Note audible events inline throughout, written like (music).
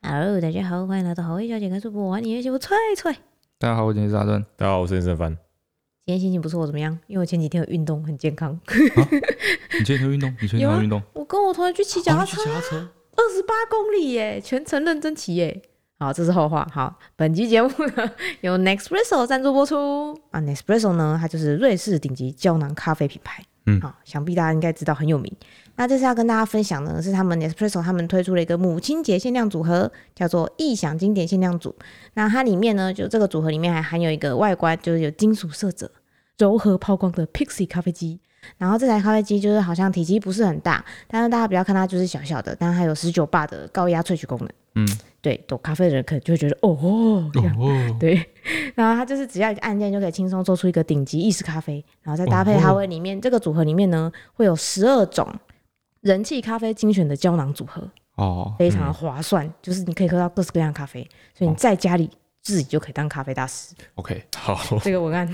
Hello，大家好，欢迎来到好味小姐开说播，我爱你，也许我脆脆。大家好，我今天是阿顿。大家好，我是林胜帆。今天心情不错，怎么样？因为我前几天有运动，很健康。你最近有运动？你最近有啊有运动？ (laughs) 我跟我同学啊去骑脚踏车，踏车。二十八公里耶，全程认真骑耶。好，这是后话。好，本期节目呢由 Nespresso 赞助播出啊。Nespresso 呢，它就是瑞士顶级胶囊咖啡品牌，嗯好，想必大家应该知道很有名。那这次要跟大家分享呢，是他们 Nespresso 他们推出了一个母亲节限量组合，叫做“异想经典限量组”。那它里面呢，就这个组合里面还含有一个外观就是有金属色泽、柔和抛光的 Pixie 咖啡机。然后这台咖啡机就是好像体积不是很大，但是大家不要看它就是小小的，但是它有十九巴的高压萃取功能。嗯，对，懂咖啡的人可能就会觉得哦哦这样。哦，对， (laughs) 然后它就是只要一个按键就可以轻松做出一个顶级意式咖啡，然后再搭配它会里面、这个组合里面呢会有十二种人气咖啡精选的胶囊组合，哦，非常的划算，就是你可以喝到各式各样的咖啡，所以你在家里自己就可以当咖啡大师。 OK，好， (laughs) 这个文案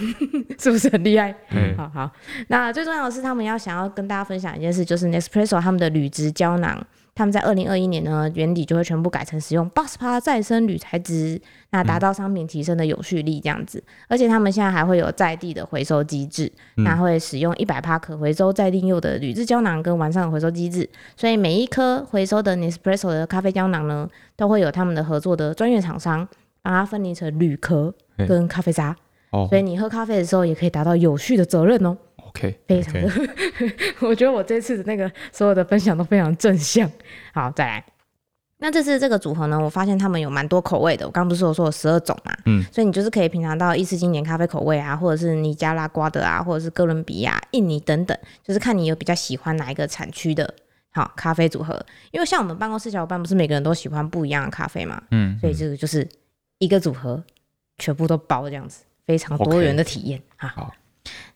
是不是很厉害？嗯好好。那最重要的是，他们要想要跟大家分享一件事，就是 Nespresso 他们的铝质胶囊，他们在二零二一年呢原底就会全部改成使用八十帕再生铝材质，那达到商品提升的有序力这样子。而且他们现在还会有在地的回收机制，那会使用一百帕可回收再利用的铝质胶囊跟完善的回收机制，所以每一颗回收的 Nespresso 的咖啡胶囊呢，都会有他们的合作的专业厂商。把它分离成铝壳嘿跟咖啡渣，哦所以你喝咖啡的时候也可以达到有序的责任哦， ，OK，非常的。 (laughs) 我觉得我这次的那个所有的分享都非常正向。 (laughs) 好，再来。那这次这个组合呢，我发现他们有蛮多口味的。我刚不是有说有十二种嘛，嗯，所以你就是可以品尝到伊斯经典咖啡口味啊，或者是尼加拉瓜的啊，或者是哥伦比亚、印尼等等，就是看你有比较喜欢哪一个产区的好咖啡组合。因为像我们办公室小伙伴，不是每个人都喜欢不一样的咖啡嘛，嗯，所以这个就是一个组合，全部都包这样子，非常多元的体验啊。好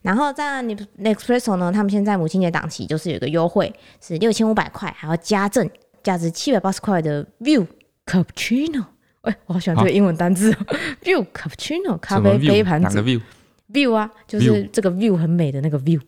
然后在 Nespresso 呢，他们现在母亲节档期就是有一个优惠，是六千五百块，还要加赠价值七百八十块的 View Cappuccino。哎、我好喜欢这个英文单字、哦 v i e w Cappuccino 咖啊什么啡 view？杯盘哪子个 View 啊，就是这个 View 很美的那个 View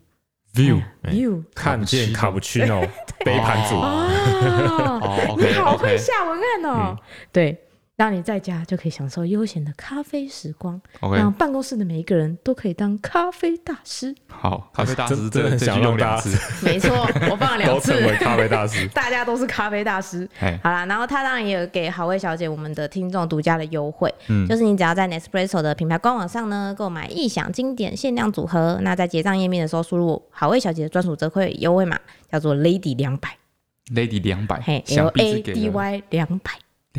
view？view，哎 View 看见卡布奇诺杯盘组，哦，哦你好会，OK，OK，OK，下文案哦。嗯对，让你在家就可以享受悠闲的咖啡时光。让办公室的每一个人都可以当咖啡大师。好，咖啡大师真这真个的很这句想用让大两家次， (laughs) 没错，我放了。都成为咖啡大师 (laughs) 大家都是咖啡大师。哎，好啦，然后他当然也有给好味小姐我们的听众独家的优惠，嗯就是你只要在 Nespresso 的品牌官网上呢购买异想经典限量组合，那在结账页面的时候输入好味小姐的专属折扣优惠码，叫做 Lady 两百， ，Lady 两百嘿，L 想必 A 是给 D 了 Y 两百。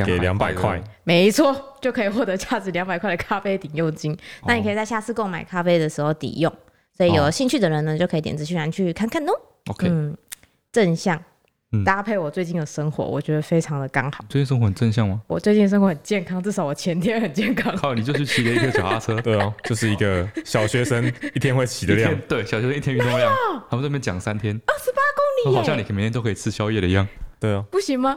给200块，没错，就可以获得价值两百块的咖啡抵用金。那你可以在下次购买咖啡的时候抵用，所以有哦兴趣的人呢，就可以点资讯栏去看看哦。 ，OK。嗯，正向嗯搭配我最近的生活，我觉得非常的刚好。最近生活很正向吗？我最近生活很健康，至少我前天很健康。 (laughs) 靠，你就去骑了一个脚踏车 (laughs) 对哦，就是一个小学生一天会起的一量天， (laughs) 对，小学生一天运动 (laughs) 量，他们这边讲三天，二十八公里，好像你每天都可以吃宵夜的一样。对哦，不行吗？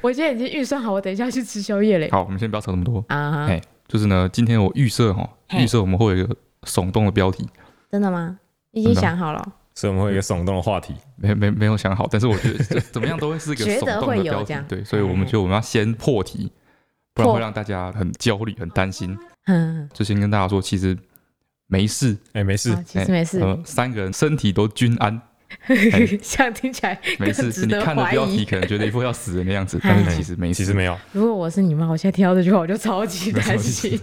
我现在已经预算好，我等一下去吃宵夜嘞。好，我们先不要扯那么多，啊，哎，就是呢，今天我预设哈，嘿预设我们会有一个耸动的标题，真的吗？已经真的想好了， (laughs) 所以我们会有一个耸动的话题。没没没有想好，但是我觉得这怎么样都会是一个觉得耸会动有的标这题样，对，所以我们觉得我们要先破题，不然破会让大家很焦虑、很担心。嗯，就先跟大家说，其实没事，哎，没事好，，啊其实没事， (laughs) 呃，三个人身体都均安，哎这样听起来没更事。值你得看的怀标疑题。可能觉得一副要死人 (laughs) 的样子，但哎是其实没事，其实没有。如果我是你妈，我现在听到这句话，我就超级担心。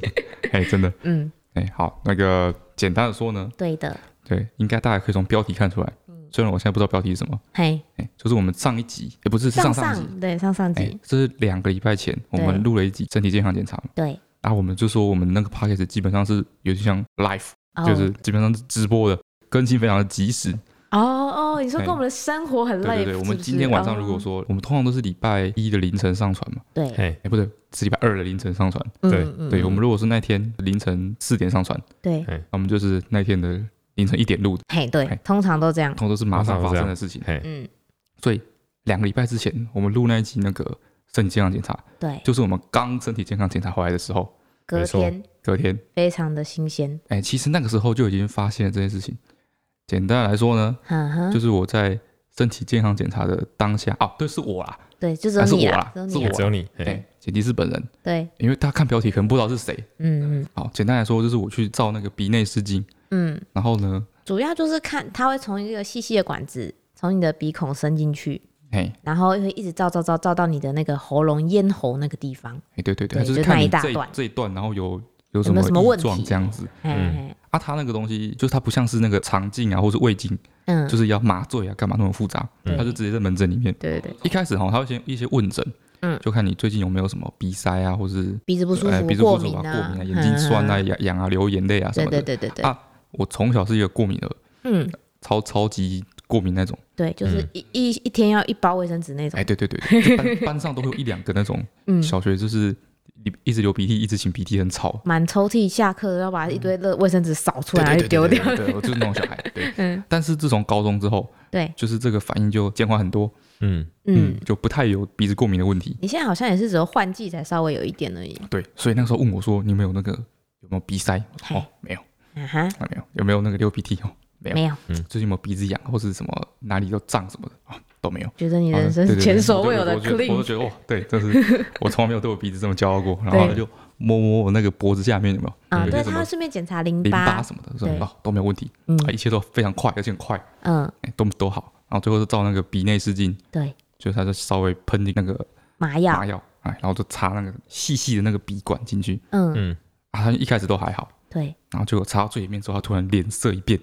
哎，真的，嗯，哎，好，那个简单的说呢，对的，对，应该大家可以从标题看出来，嗯虽然我现在不知道标题是什么，嘿，哎，就是我们上一集，也不是是上上集。对上上哎集，，这是两个礼拜前我对们录了一集身体健康检查嘛，对，啊，我们就说我们那个 podcast 基本上是有点像 live，、哦就是基本上是直播的，更新非常的及时。哦哦，你说哎跟我们的生活很对累，对对，我是们不今是天晚上哦如果说，我们通常都是礼拜一的凌晨上传嘛，对，哎，哎，不对，是礼拜二的凌晨上传。嗯对嗯对嗯我们如果是那天凌晨四点上传，对，那我们就是那天的凌晨一点录的，嘿对哎，通常都这样，通常都是马上马发上这样生的事情。嘿，嗯，所以两个礼拜之前，我们录那一集那个身体健康检查，对，就是我们刚身体健康检查回来的时候，隔没错天隔天非常的新鲜，哎、其实那个时候就已经发现了这件事情。简单来说呢，哈哈就，是我在身体健康检查的当下，哦，对，是我啦，对，就只有你啦，还是我啦啊只有你是啦，只有你，哎、哎，前提是本人，对，因为他看标题可能不知道是谁。嗯嗯好，简单来说就是我去照那个鼻内视镜，嗯，然后呢，主要就是看它会从一个细细的管子从你的鼻孔伸进去，哎、然后会一直照照照照到你的那个喉咙咽喉那个地方，哎对对对，对他就是就看那一你大这段这一段，然后有有有没有什么问异状题这样子。哎、嗯啊，他那个东西就是它不像是那个肠镜啊，或是胃镜，嗯，就是要麻醉啊，干嘛那么复杂，嗯他就直接在门诊里面。对对对，一开始哈，他会先一些问诊，嗯就看你最近有没有什么鼻塞啊，或是鼻子不舒服，哎鼻子过不舒敏服啊、啊，过敏啊、眼睛酸啊、嗯，嗯嗯痒痒啊、流眼泪啊什对么对的。对对对，啊我从小是一个过敏儿，嗯，超超级过敏那种。对，就是一一一天要一包卫生纸那种嗯哎，，对对对，对就班 (laughs) 班上都会有一两个那种嗯，小学就是一一直流鼻涕，一直擤鼻涕，很吵。满抽屉下课要把一堆热卫生纸扫出来然后就丢掉，嗯对，对对我就是那种小 (laughs) 孩。对，嗯，但是自从高中之后，对，就是这个反应就简化很多，嗯，嗯。就不太有鼻子过敏的问题。你现在好像也是只有换季才稍微有一点而已，对，所以那时候问我说：“你们有那个有没有鼻塞？”嘿哦，没有，啊哈，啊没有，有没有那个流鼻涕？哦，没有没有，最近有没有鼻子痒，或是什么哪里都胀什么的啊，都没有。觉得你啊人生对对对前所未有的我就我就我 clean，都觉得哦，对，就是我从来没有对我鼻子这么骄傲过。然后他就摸摸我那个脖子下面有没有啊，有些对，什他么会顺便检查淋淋巴巴，什么的，说对哦都没有问题，嗯啊一切都非常快，而且很快，嗯，哎都都好。然后最后就照那个鼻内视镜，对，就是他就稍微喷那个麻药麻，药，哎，然后就插那个细细的那个鼻管进去。嗯，啊，他一开始都还好，对，然后结果插到最里面之后，他突然脸色一变，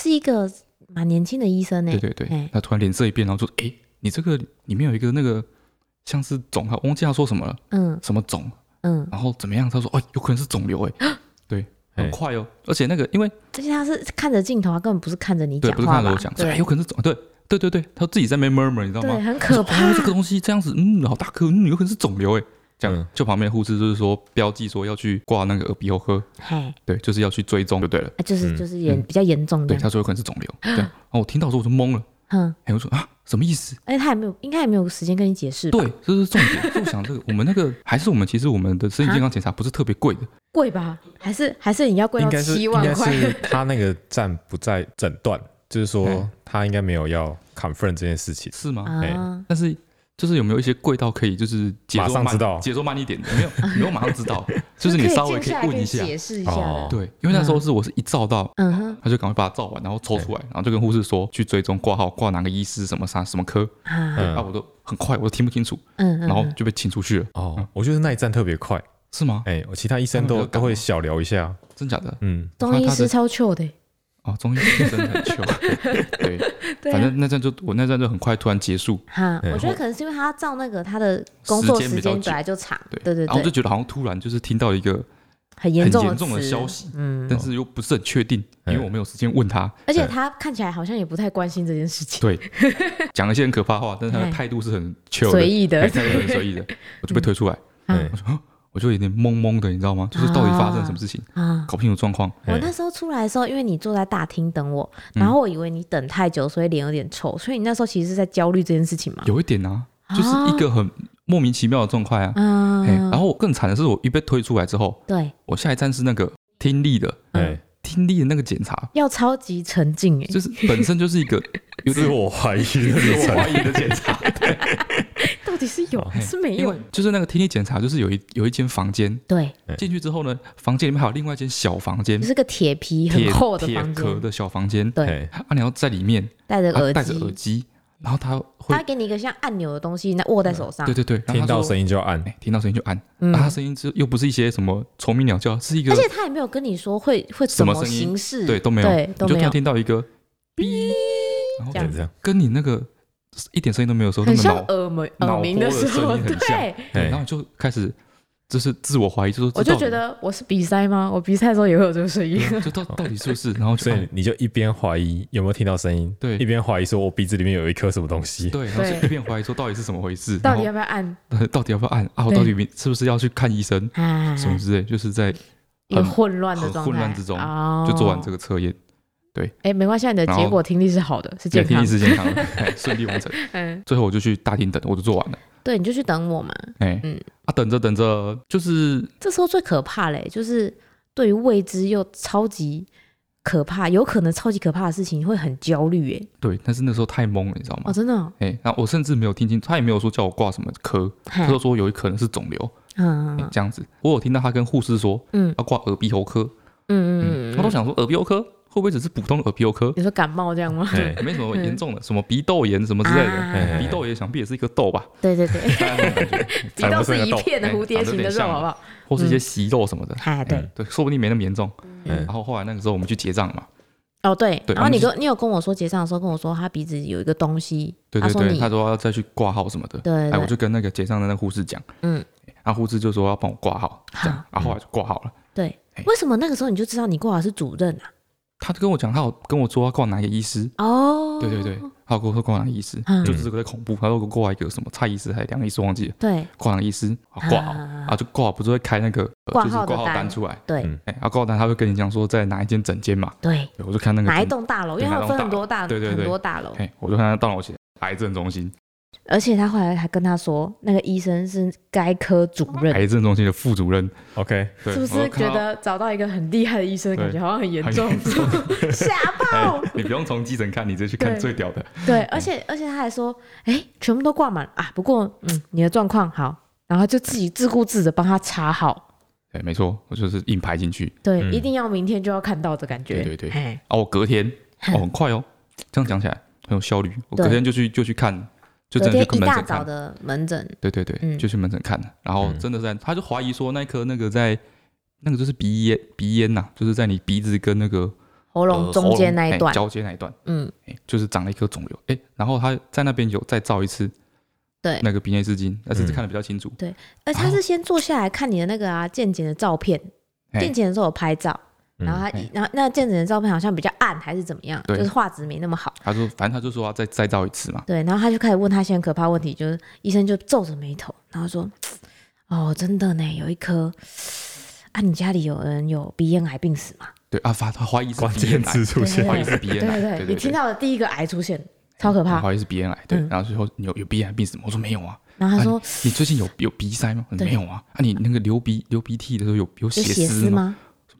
是一个蛮年轻的医生呢对，对对哎，他突然脸色一变，然后就说：“哎，你这个里面有一个那个像是肿，他忘记他说什么了，嗯什么肿。”嗯，然后怎么样？他说：“哦，有可能是肿瘤、啊哎， (gasps) 对，很哎快哦。而且那个，因为而且他是看着镜头啊，根本不是看着你对，讲不是话看着吧我？讲，说哎，对有，可能是肿，对，对对对，他自己在那边 murmur，你知道对，吗？很他可说怕，哦，这个东西这样子，嗯，好大颗，嗯，有可能是肿瘤、哎，这样、嗯就旁边护士就是说标记说要去挂那个耳鼻喉科，嘿，对，就是要去追踪就对了。啊就是嗯就是严比较严重的对，，他说有可能是肿瘤， (gasps) 对。然后我听到之后我就懵了，嗯，哎，我说啊，什么意思？而且哎他也没有，应该也没有时间跟你解释吧，对，这是重点。就想这个，我们那个还是我们其实我们的身体健康检查不是特别贵的，贵吧？还是还是你要贵应到该是七应万该块？ (laughs) 是 (laughs) 他那个站不在诊断，就是说嗯他应该没有要 confirm 这件事情，是吗？啊，但是就是有没有一些贵到可以就是节奏马上慢知道节奏慢一点的？没有，没有马上 (laughs) 知道，就是你稍可微可以静下以来问一以下。解释一下的哦，对，因为那时候是我是一照到，嗯哼。他就赶快把它照完，然后抽出来，然后就跟护士说去追踪挂号，挂哪个医师什么啥什么科，啊，啊，嗯我都很快，我都听不清楚，嗯，然后嗯就被请出去了，哦，我觉得那一站特别快，是吗？哎，我其他医生他们都比较赶都会小聊一下，真假的？嗯，中医师超 chill 的，哦，中医医生很糗，对， (laughs) 对啊反正那哎站就我那站就很快突然结束，哈，对我觉得可能是因为他照那个他的工作时间本来就长，对，对对然后就对，觉得好像突然就是听到一个很很严重严重的词消，息，嗯，但是又不是很确定，因嗯为我没有时间问他，而且他看起来好像也不太关心这件事情，对，讲了一些很可怕的话，但是他哎的态度是很 chill 随的，意的啊哎，态度很随 (laughs) 意的，我就被推出来，嗯哎我就有点懵懵的，你知道吗？就是到底发生什么事情，啊。搞不清楚状况。我哎那时候出来的时候，因为你坐在大厅等我，嗯然后我以为你等太久，所以脸有点臭，所以你那时候其实是在焦虑这件事情嘛？有一点啊，就是一个很莫名其妙的状况啊。嗯哎，，然后更惨的是，我一被推出来之后，对，我下一站是那个听力的，哎，听力的那个检查，要超级沉静哎，就是本身就是一个有 (laughs) 自点我怀疑的自历我怀程，疑的检查，到底是有还是没 (laughs) 因有为？就是那个听力检查，就是有一有一间房间。对，哎进去之后呢，房间里面还有另外一间小房间就，是个铁皮嗯铁很厚的铁房壳间，的小房间，对，哎，啊，你要在里面，戴着他耳戴着耳机，机，然后他他会嗯会，给你一个像按钮的东西，那握在手上对，对对，然后他听到说声音就要按，哎，听到声音就按，嗯啊，他声音就又不是一些什么虫鸣鸟叫，是一个而且他也没有跟你说会会怎什么声音形式，对都没有，对你都就突没然有，听到一个哔，然后这样这样，跟你那个一点声音都没有的时候，那很个像脑，耳鸣脑耳鸣的波时的声候，音很像对，对哎然后就开始就是自我怀疑，就说我就这到底觉 (laughs) 得我是鼻塞吗？我鼻塞的时候也会有这个声音，就到到底是不是，然后就所以你就一边怀疑有没有听到声音，对一边怀疑说我鼻子里面有一颗什么东西，对，然后对就一遍怀疑说到底是怎么回 (laughs) 事，到然底后要不要按 (laughs) 到底要不要按啊？我对到底是不是要去看医生啊？什么之类，就是在一个很混乱的很状态，混乱之中哦就做完这个测验。哎，没关系，你的然结后果听力是好的，是对健听康力，是健康 (laughs) 的，哎，顺利完成。 (laughs) 嗯，最后我就去大厅等，我就做完了。对，你就去等我嘛。哎，嗯啊，等着等着，就是这时候最可怕嘞，就是对于未知又超级可怕，有可能超级可怕的事情，会很焦虑耶。对，但是那时候太懵了，你知道吗哦，？真的哦，哎、那我甚至没有听清，他也没有说叫我挂什么科，嘿他就说有可能是肿瘤、嗯哎嗯这样子。我有听到他跟护士说嗯要挂耳鼻喉科，嗯嗯我都嗯，想说耳鼻喉科会不会只是普通的耳鼻喉科，你说感冒这样吗？哎，没 (laughs) 什么严重的，什么鼻窦炎什么之类的。嗯哎啊鼻窦炎想必也是一个痘吧，对对对，大概那种感觉 (laughs) 鼻窦是一长得片的哎蝴蝶形的肉，长得有点像好不好？或是一些息肉什么的。哎，对，对，说不定没那么严重。嗯然后后来那个时候我们去结账嘛，哦对。对然后我们你是跟你有跟我说结账的时候跟我说他鼻子有一个东西，对他对说对，你他说要再去挂号什么的。对哎，我对就跟那个结账的那个护士讲，嗯，然后护士就说要帮我挂号，这样啊好，然后后来就挂号了。对哎。为什么那个时候你就知道你挂的是主任啊？他就跟我讲，他有跟我说要挂哪个医师，哦，对对对，他有跟我说挂哪个医师，嗯就是这个在恐怖，他说给我挂一个什么蔡医师还是梁医师忘记了，对挂哪个医师，啊挂好，啊然后就挂好，不是会开那个呃挂就是号的挂号单单出来，对嗯哎，然后挂号单他会跟你讲说在哪一间诊间嘛，对，对我就看那个哪一诊，栋大楼？因对为哪它栋分大很楼多大对对对很多大楼，哎，我就看他大脑写癌症中心，而且他后来还跟他说，那个医生是该科主任，癌症中心的副主任， ，OK，哎对是不我是就觉看到得找到一个很厉害的医生，对感觉好像很严很 (laughs) 重严，吓哎爆！，你不用从急诊看，你直接去看对最屌的，对，而且而且他还说，哎，全部都挂满了啊，不过嗯，你的状况好，然后就自己自顾自的帮他查好，对，没错，我就是硬排进去，对，嗯一定要明天就要看到的感觉，对对对哎，哦，我隔 (laughs) 天哦很快哦，这样讲起来很有效率。我隔对天就去就去看，就隔真的天去一看门大诊早看。的门诊，对对对，嗯就去门诊看了，然后真的在，他就怀疑说那一颗那个在那个就是鼻咽鼻咽呐、就是在你鼻子跟那个喉呃咙中间那喉一咙段哎，交接那一段，嗯，哎，就是长了一颗肿瘤，哎，然后他在那边有再照一次对，那个鼻内视镜，但是嗯看的比较清楚，而他是先坐下来看你的那个啊健检的照片，哎健检的时候有拍照，嗯然后他嘿然后那健检的照片好像比较暗还是怎么样，对就是画质没那么好。他说反正他就说要再再照一次嘛，对，然后他就开始问他一些很可怕的问题，就是医生就皱着眉头，然后说：“哦，真的呢，有一颗啊，你家里有人有鼻咽癌病史吗对啊，反他怀疑是关鼻键咽癌，词出现对怀疑是鼻？”对咽癌，对对，对你对，听到的第一个癌出现，超可怕。怀疑是鼻咽癌，对嗯，然后最后你有有鼻咽癌病史吗？我说没有啊，然后他说啊你最近有有鼻塞吗？对没有啊。啊，你那个流鼻流鼻涕的时候有有：“血有血丝丝吗？吗？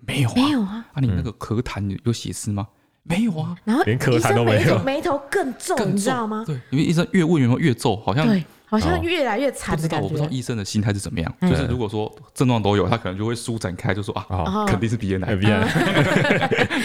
没有啊。没有啊。啊，你那个咳痰有有血丝吗？没有啊”。然后连咳医痰都生没眉头有眉头更皱，更哦你知皱道吗？对，因为医生越问有没有越皱，好像对，好像哦越来越惨不的知道，感我不知道觉。医生的心态是怎么样。嗯就是如果说症状都有，他可能就会舒展开，就说啊，好，哦肯定是鼻咽癌很，厉害。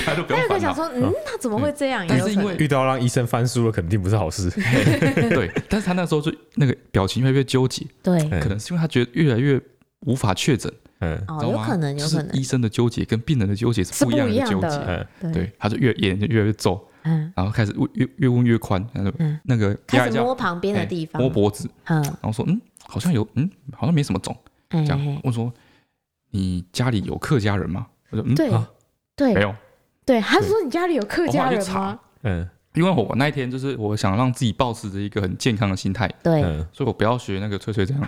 他就不他用有烦个想恼。说，嗯，那怎么会这样？也但有可是因能为遇到让医生翻书了，肯定不是好事。对，但是他那时候就那个表情越来越纠结，对，嗯可能是因为他觉得越来越无法确诊，嗯你哦知，道有吗可能，就有是可能医，生的纠结跟病人的纠结是是不不一一样样的的纠结。嗯，对，他就越眼就越来越皱，嗯，然后开始越越越问越宽，然后嗯那个压开一始下，摸旁边的哎地方，摸脖子，嗯，然后说嗯，好像有嗯，好像没什么肿，哎这样。我说你家里有客家人吗？我说嗯，对啊没对有，对，他说你家里有客家人我后来吗去？嗯因为我那一天就是我想让自己保持着一个很健康的心态，对，嗯，所以我不要学那个翠翠这样。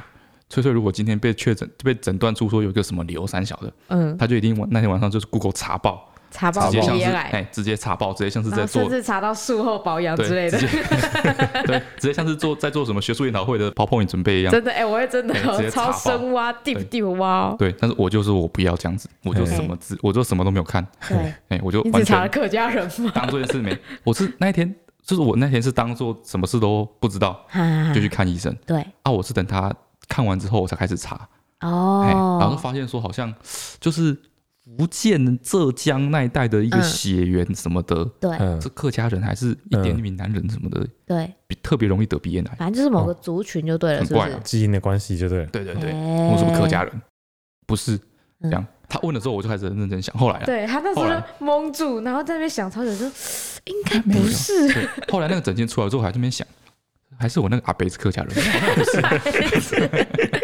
翠翠如果今天被确诊被诊断出说有一个什么瘤三小的，嗯，她就一定晚那天晚上就是 Google 查爆，查直爆接鼻像是咽哎癌，直接查爆，直接像是然在后做啊甚至查到术后保养对之类的直，接 (laughs) 对，直接像是做在做什么学术研讨会的 PowerPoint 准备一样。真的哎，我会真的哎直接哦查爆超深挖，deep deep 挖哦，对，但是我就说我不要这样子，我就什么字，我就什么都没有看，对，哎、我就你完只查了全客家人吗？当做一件事没。我是那一天，就是我那天是当做什么事都不知道，哈 (laughs) 就去看医生 (laughs) 对啊。我是等他看完之后，我才开始查，哎、然后就哦，发现说好像就是福建、浙江那一带的一个嗯血缘什么的，对嗯是客家人还是一点闽南人什么的，对，比特别容易得鼻咽癌。反正就是某个族群就对了，嗯很是不怪是啊？基因的关系就对了。对对对，我我是不是客家人？不是，这嗯样。他问的时候，我就开始认真想。后来啊，哦对他那时后候来就蒙住，然后在那边想超久， (laughs) 说应该没有不是，对，后来那个整件出来之后，我还在那边想，还是我那个阿北是客家人，对 (laughs)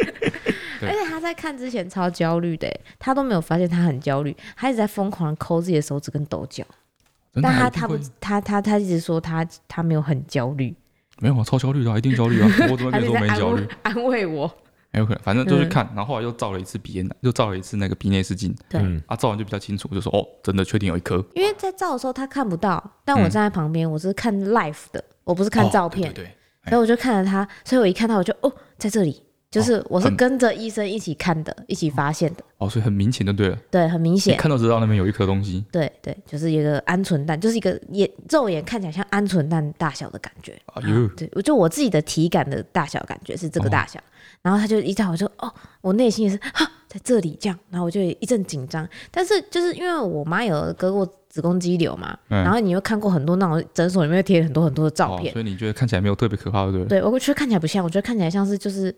而且他在看之前超焦虑的，欸他都没有发现他很焦虑，他一直在疯狂的抠自己的手指跟抖脚。真的但他啊一定他不会他他他一直说他他没有很焦虑，没有啊，超焦虑的、啊，一定焦虑啊，我怎么他跟一直你说在没焦安虑慰？安慰我。很有可能，反正就去嗯看，然后后来又照了一次鼻咽，又照了一次那个鼻内视镜，对，嗯啊，照完就比较清楚，就说哦，真的确定有一颗，因为在照的时候他看不到，但我嗯站在旁边，我是看 live 的，我不是看哦照片，对对对所以我就看着他，所以我一看到我就哦在这里，就是我是很跟着医生一起看的，一起发现的，哦，所以很明显就对了，对，很明你显，看到知道那边有一颗东西对对，就是一个鹌鹑蛋，就是一个眼肉眼看起来像鹌鹑蛋大小的感觉。啊，哟，对，我就我自己的体感的大小感觉是哦这个大小，然后他就一照，我就哦，我内心也是哈，在这里这样，然后我就一阵紧张。但是就是因为我妈有割过子宫肌瘤嘛，嗯然后你又看过很多那种诊所里面会贴很多很多的照哦片，所以你觉得看起来没有特别可怕，对不对？对我觉得看起来不像，我觉得看起来像是就是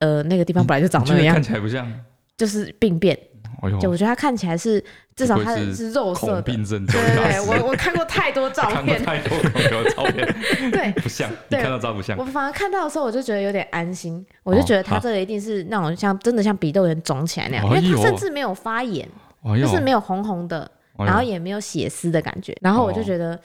呃那个地方本来就长你觉那得个样看子，起来不像，就是病变。哎呦就，我觉得它看起来是至少不它愧是是肉色恐的。病症对教育对大 (laughs) 对，师，我我看过太多照看过片，太多恐流的照片，对不像，你对看到照不像我，反而看到的时候，我就觉得有点安心，我就觉得哦好它这个一定是那种像真的像鼻窦炎肿起来那样，哎呦因为它甚至没有发炎，哎呦就是，没有红红的，哎呦哦然后也没有血丝的感觉，然后我就觉得。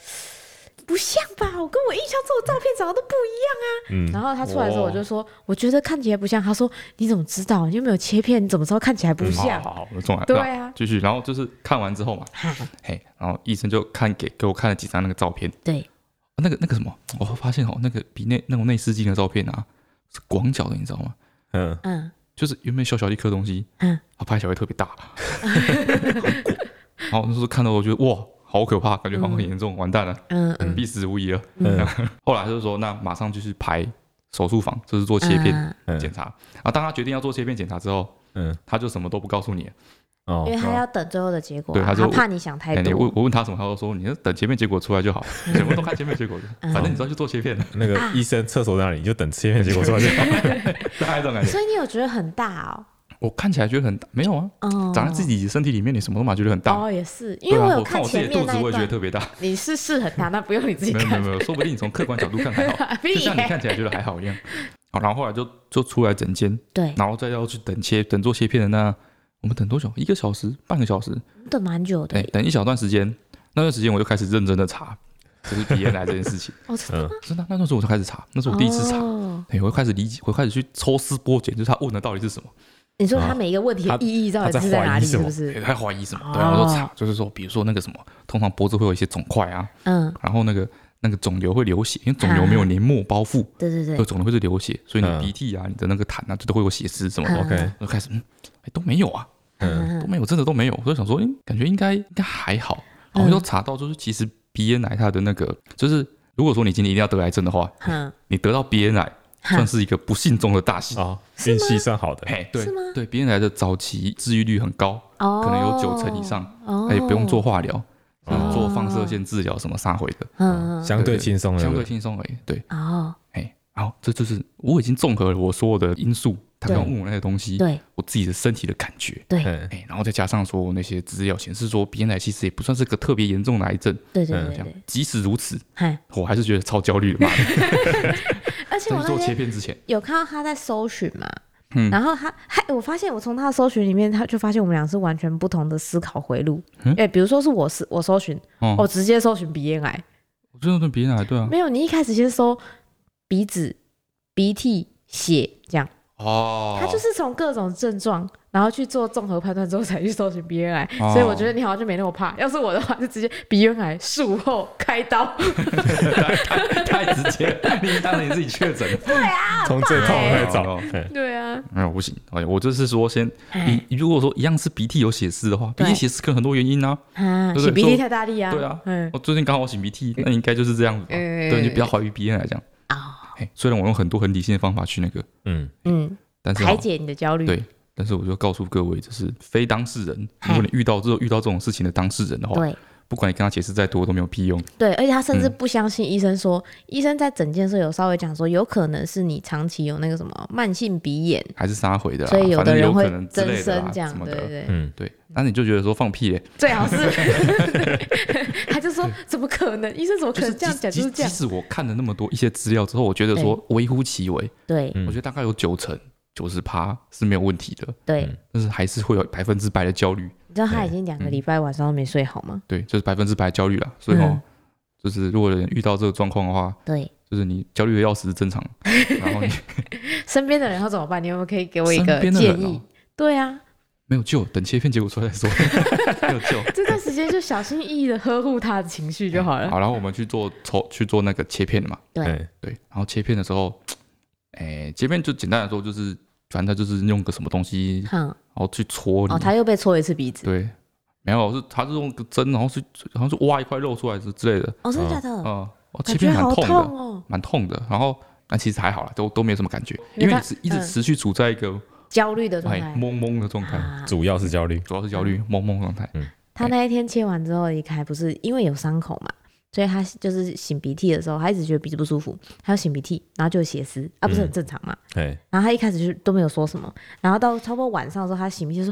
不像吧？我跟我印象中的照片长得都不一嗯样。，然后他出来的时候，哦我就说，我觉得看起来不像。他说，你怎么知道？你又没有切片，你怎么知道看起来不像嗯好？好好，我重来，对那啊继续，然后就是看完之后嘛，哈嘿，然后医生就看给给我看了几张那个照片，对，那个那个什么，我发现哦，那个比那那种内视镜的照片啊，是广角的，你知道吗？嗯，嗯，就是原本小小的一颗东西，嗯，它拍起来会特别大，然后那时候看到我觉得哇，好可怕，感觉好像很严重，完蛋了，嗯嗯必死无疑了。嗯后来他就说，那马上就是排手术房，就是做切片嗯检查。啊，当他决定要做切片检查之后，嗯，他就什么都不告诉你。因为哦，他要等最后的结果啊，对他就怕你想太哎，你多问。我问他什么，他就说你就等切片结果出来 (laughs) 就好，什么都看切片结果，嗯反正你知道去做切片了， (laughs) 那啊个医生厕所在哪里，你就等切片结果出来就好。大概这 (laughs) 种感觉。所以你有觉得很大哦？我看起来觉得很大，没有啊，哦， (laughs) 长在自己身体里面，你什么都嘛觉得很大。哦，也是，因对为啊，有我看我自前己的肚面子那，一我也觉得段，特别大。你是是很大，那不用你自己没有没有看，没有，说不定你从客观角度看还好， (laughs) 屁就像你耶看起来觉得还好一样。好，然后后来就就出来整间，对，然后再要去等切等做切片的那，我们等多久？一个小时，半个小时，等蛮久的对，，等一小段时间。那段时间我就开始认真的查，就是鼻咽癌这件事情。 (laughs) 哦，真的嗯，真的，那段时候我就开始查，那是我第一次查。哦对，我就开始理解，我开始去抽丝剥茧，就是他问的到底是什么，你说啊他每一个问题的他意义到他底在是在怀疑哪里？什是么不是？他怀疑什么，哦对，然后就查，就是说，比如说那个什么，通常脖子会有一些肿块啊，嗯，然后那个那个肿瘤会流血，因为肿瘤没有黏膜包覆，对对有对，肿瘤会是流血，所以你嗯鼻涕啊、你的那个痰啊，这都会有血丝什么的。嗯 OK，我就开始，嗯，哎，都没有啊，嗯，都嗯，没有，真的都没有。我就想说，嗯，感觉应该应该还好。然后嗯就查到，就是其实鼻咽癌它的那个，就是如果说你今天一定要得癌症的话，哼，你得到鼻咽癌嗯哼算是一个不幸中的大幸。哦，运气算好的，嘿，对是吗对，鼻咽癌的早期治愈率很高，哦，可能有九成以，上，哦，它也不用做，化疗，哦嗯做放射线治疗什么撒回的，嗯，嗯相哦对轻松的，相对轻松而已。对，嗯哦，哎，然后这就是我已经综合了我所有的因素，他刚对问我那些东西，对我自己的身体的感觉，对嗯哎，然后再加上说那些资料显示说鼻咽癌其实也不算是个特别严重的癌症，对对对嗯这对样对，即使如此，嗨，我还是觉得超焦 (laughs) 虑的嘛。而且在我那去做切天片之前，有看到他在搜寻嘛，嗯然后他还我发现我从他的搜寻里面，他就发现我们俩是完全不同的思考回路。哎、嗯比如说是我是我搜寻，我、哦，直接搜寻鼻咽癌，我真的对鼻咽癌，对啊，没有你一开始先搜鼻子、鼻涕、血这样，哦，他就是从各种症状，然后去做综合判断之后才去搜寻鼻咽癌。哦所以我觉得你好像就没那么怕，要是我的话就直接鼻咽癌术后开 (laughs) 刀。太直接了，你当然你自己确诊了，从最痛开始找哦，嗯对啊，没有不行，哎，我就是说先，哎你如果说一样是鼻涕有血丝的话，鼻对涕血丝可能很多原因啊，啊，对对擤鼻所以涕我太大力啊，对啊嗯我最近刚好擤鼻涕，那应该就是这样子吧，嗯对，你就比较怀疑鼻咽癌这样。啊，哎，虽然我用很多很理性的方法去那个，嗯，嗯，但是哦排解你的焦虑，对，但是我就告诉各位，就是非当事人，嗨如果你遇到这遇到这种事情的当事人的话，对。不管你跟他解释再多都没有屁用。对，而且他甚至嗯不相信医生说，医生在诊间的时候有稍微讲说，有可能是你长期有那个什么慢性鼻炎，还是杀回的啦，所以有反正的人有可会能之增类的生啦，这样什，么对对的。对，嗯，对，那你就觉得说放屁嘞，最好 (laughs) 是， (laughs) 他就说怎么可能，医生怎么可就是能这样即讲，就是即这即样，使我看了那么多一些资料之后，我觉得说微乎其微，对嗯我觉得大概有九成九十趴是没有问题的，对嗯，但是还是会有百分之百的焦虑，你知道他已经两嗯个礼拜晚上都没睡好吗？对，就是百分之百焦虑啦。所以哦嗯，就是如果有人遇到这个状况的话，对，就是你焦虑的要死是正常， (laughs) 然后你身边的人要怎么办？你有没有可以给我一个身边的人建哦议？对啊，没有救，等切片结果出来 (laughs) 再说，没有救。这段时间就小心翼翼的呵护他的情绪就好了。好，然后我们去做抽去做那个切片的嘛，对对，对，然后切片的时候，哎，切片就简单来说就是反正他就是用个什么东西，哼、然后去戳你。哦，他又被戳一次鼻子，对，没有是他是用个针，然后是好像是挖一块肉出来之之类的，哦，真的假的？嗯，哦，感切觉片蛮好痛痛的，哦，蛮痛的。然后但其实还好啦，都都没有什么感觉，因为因为他你是一直嗯持续处在一个焦虑的状哎态。懵懵的状态，啊嗯主要是焦虑，主要是焦虑懵懵状态。他那一天切完之后离开，不是因为有伤口嘛，所以他就是擤鼻涕的时候，他一直觉得鼻子不舒服，他就擤鼻涕，然后就有血丝，啊，不嗯是很正常嘛？哎，然后他一开始就都没有说什么，然后到差不多晚上的时候，他擤鼻涕就说：“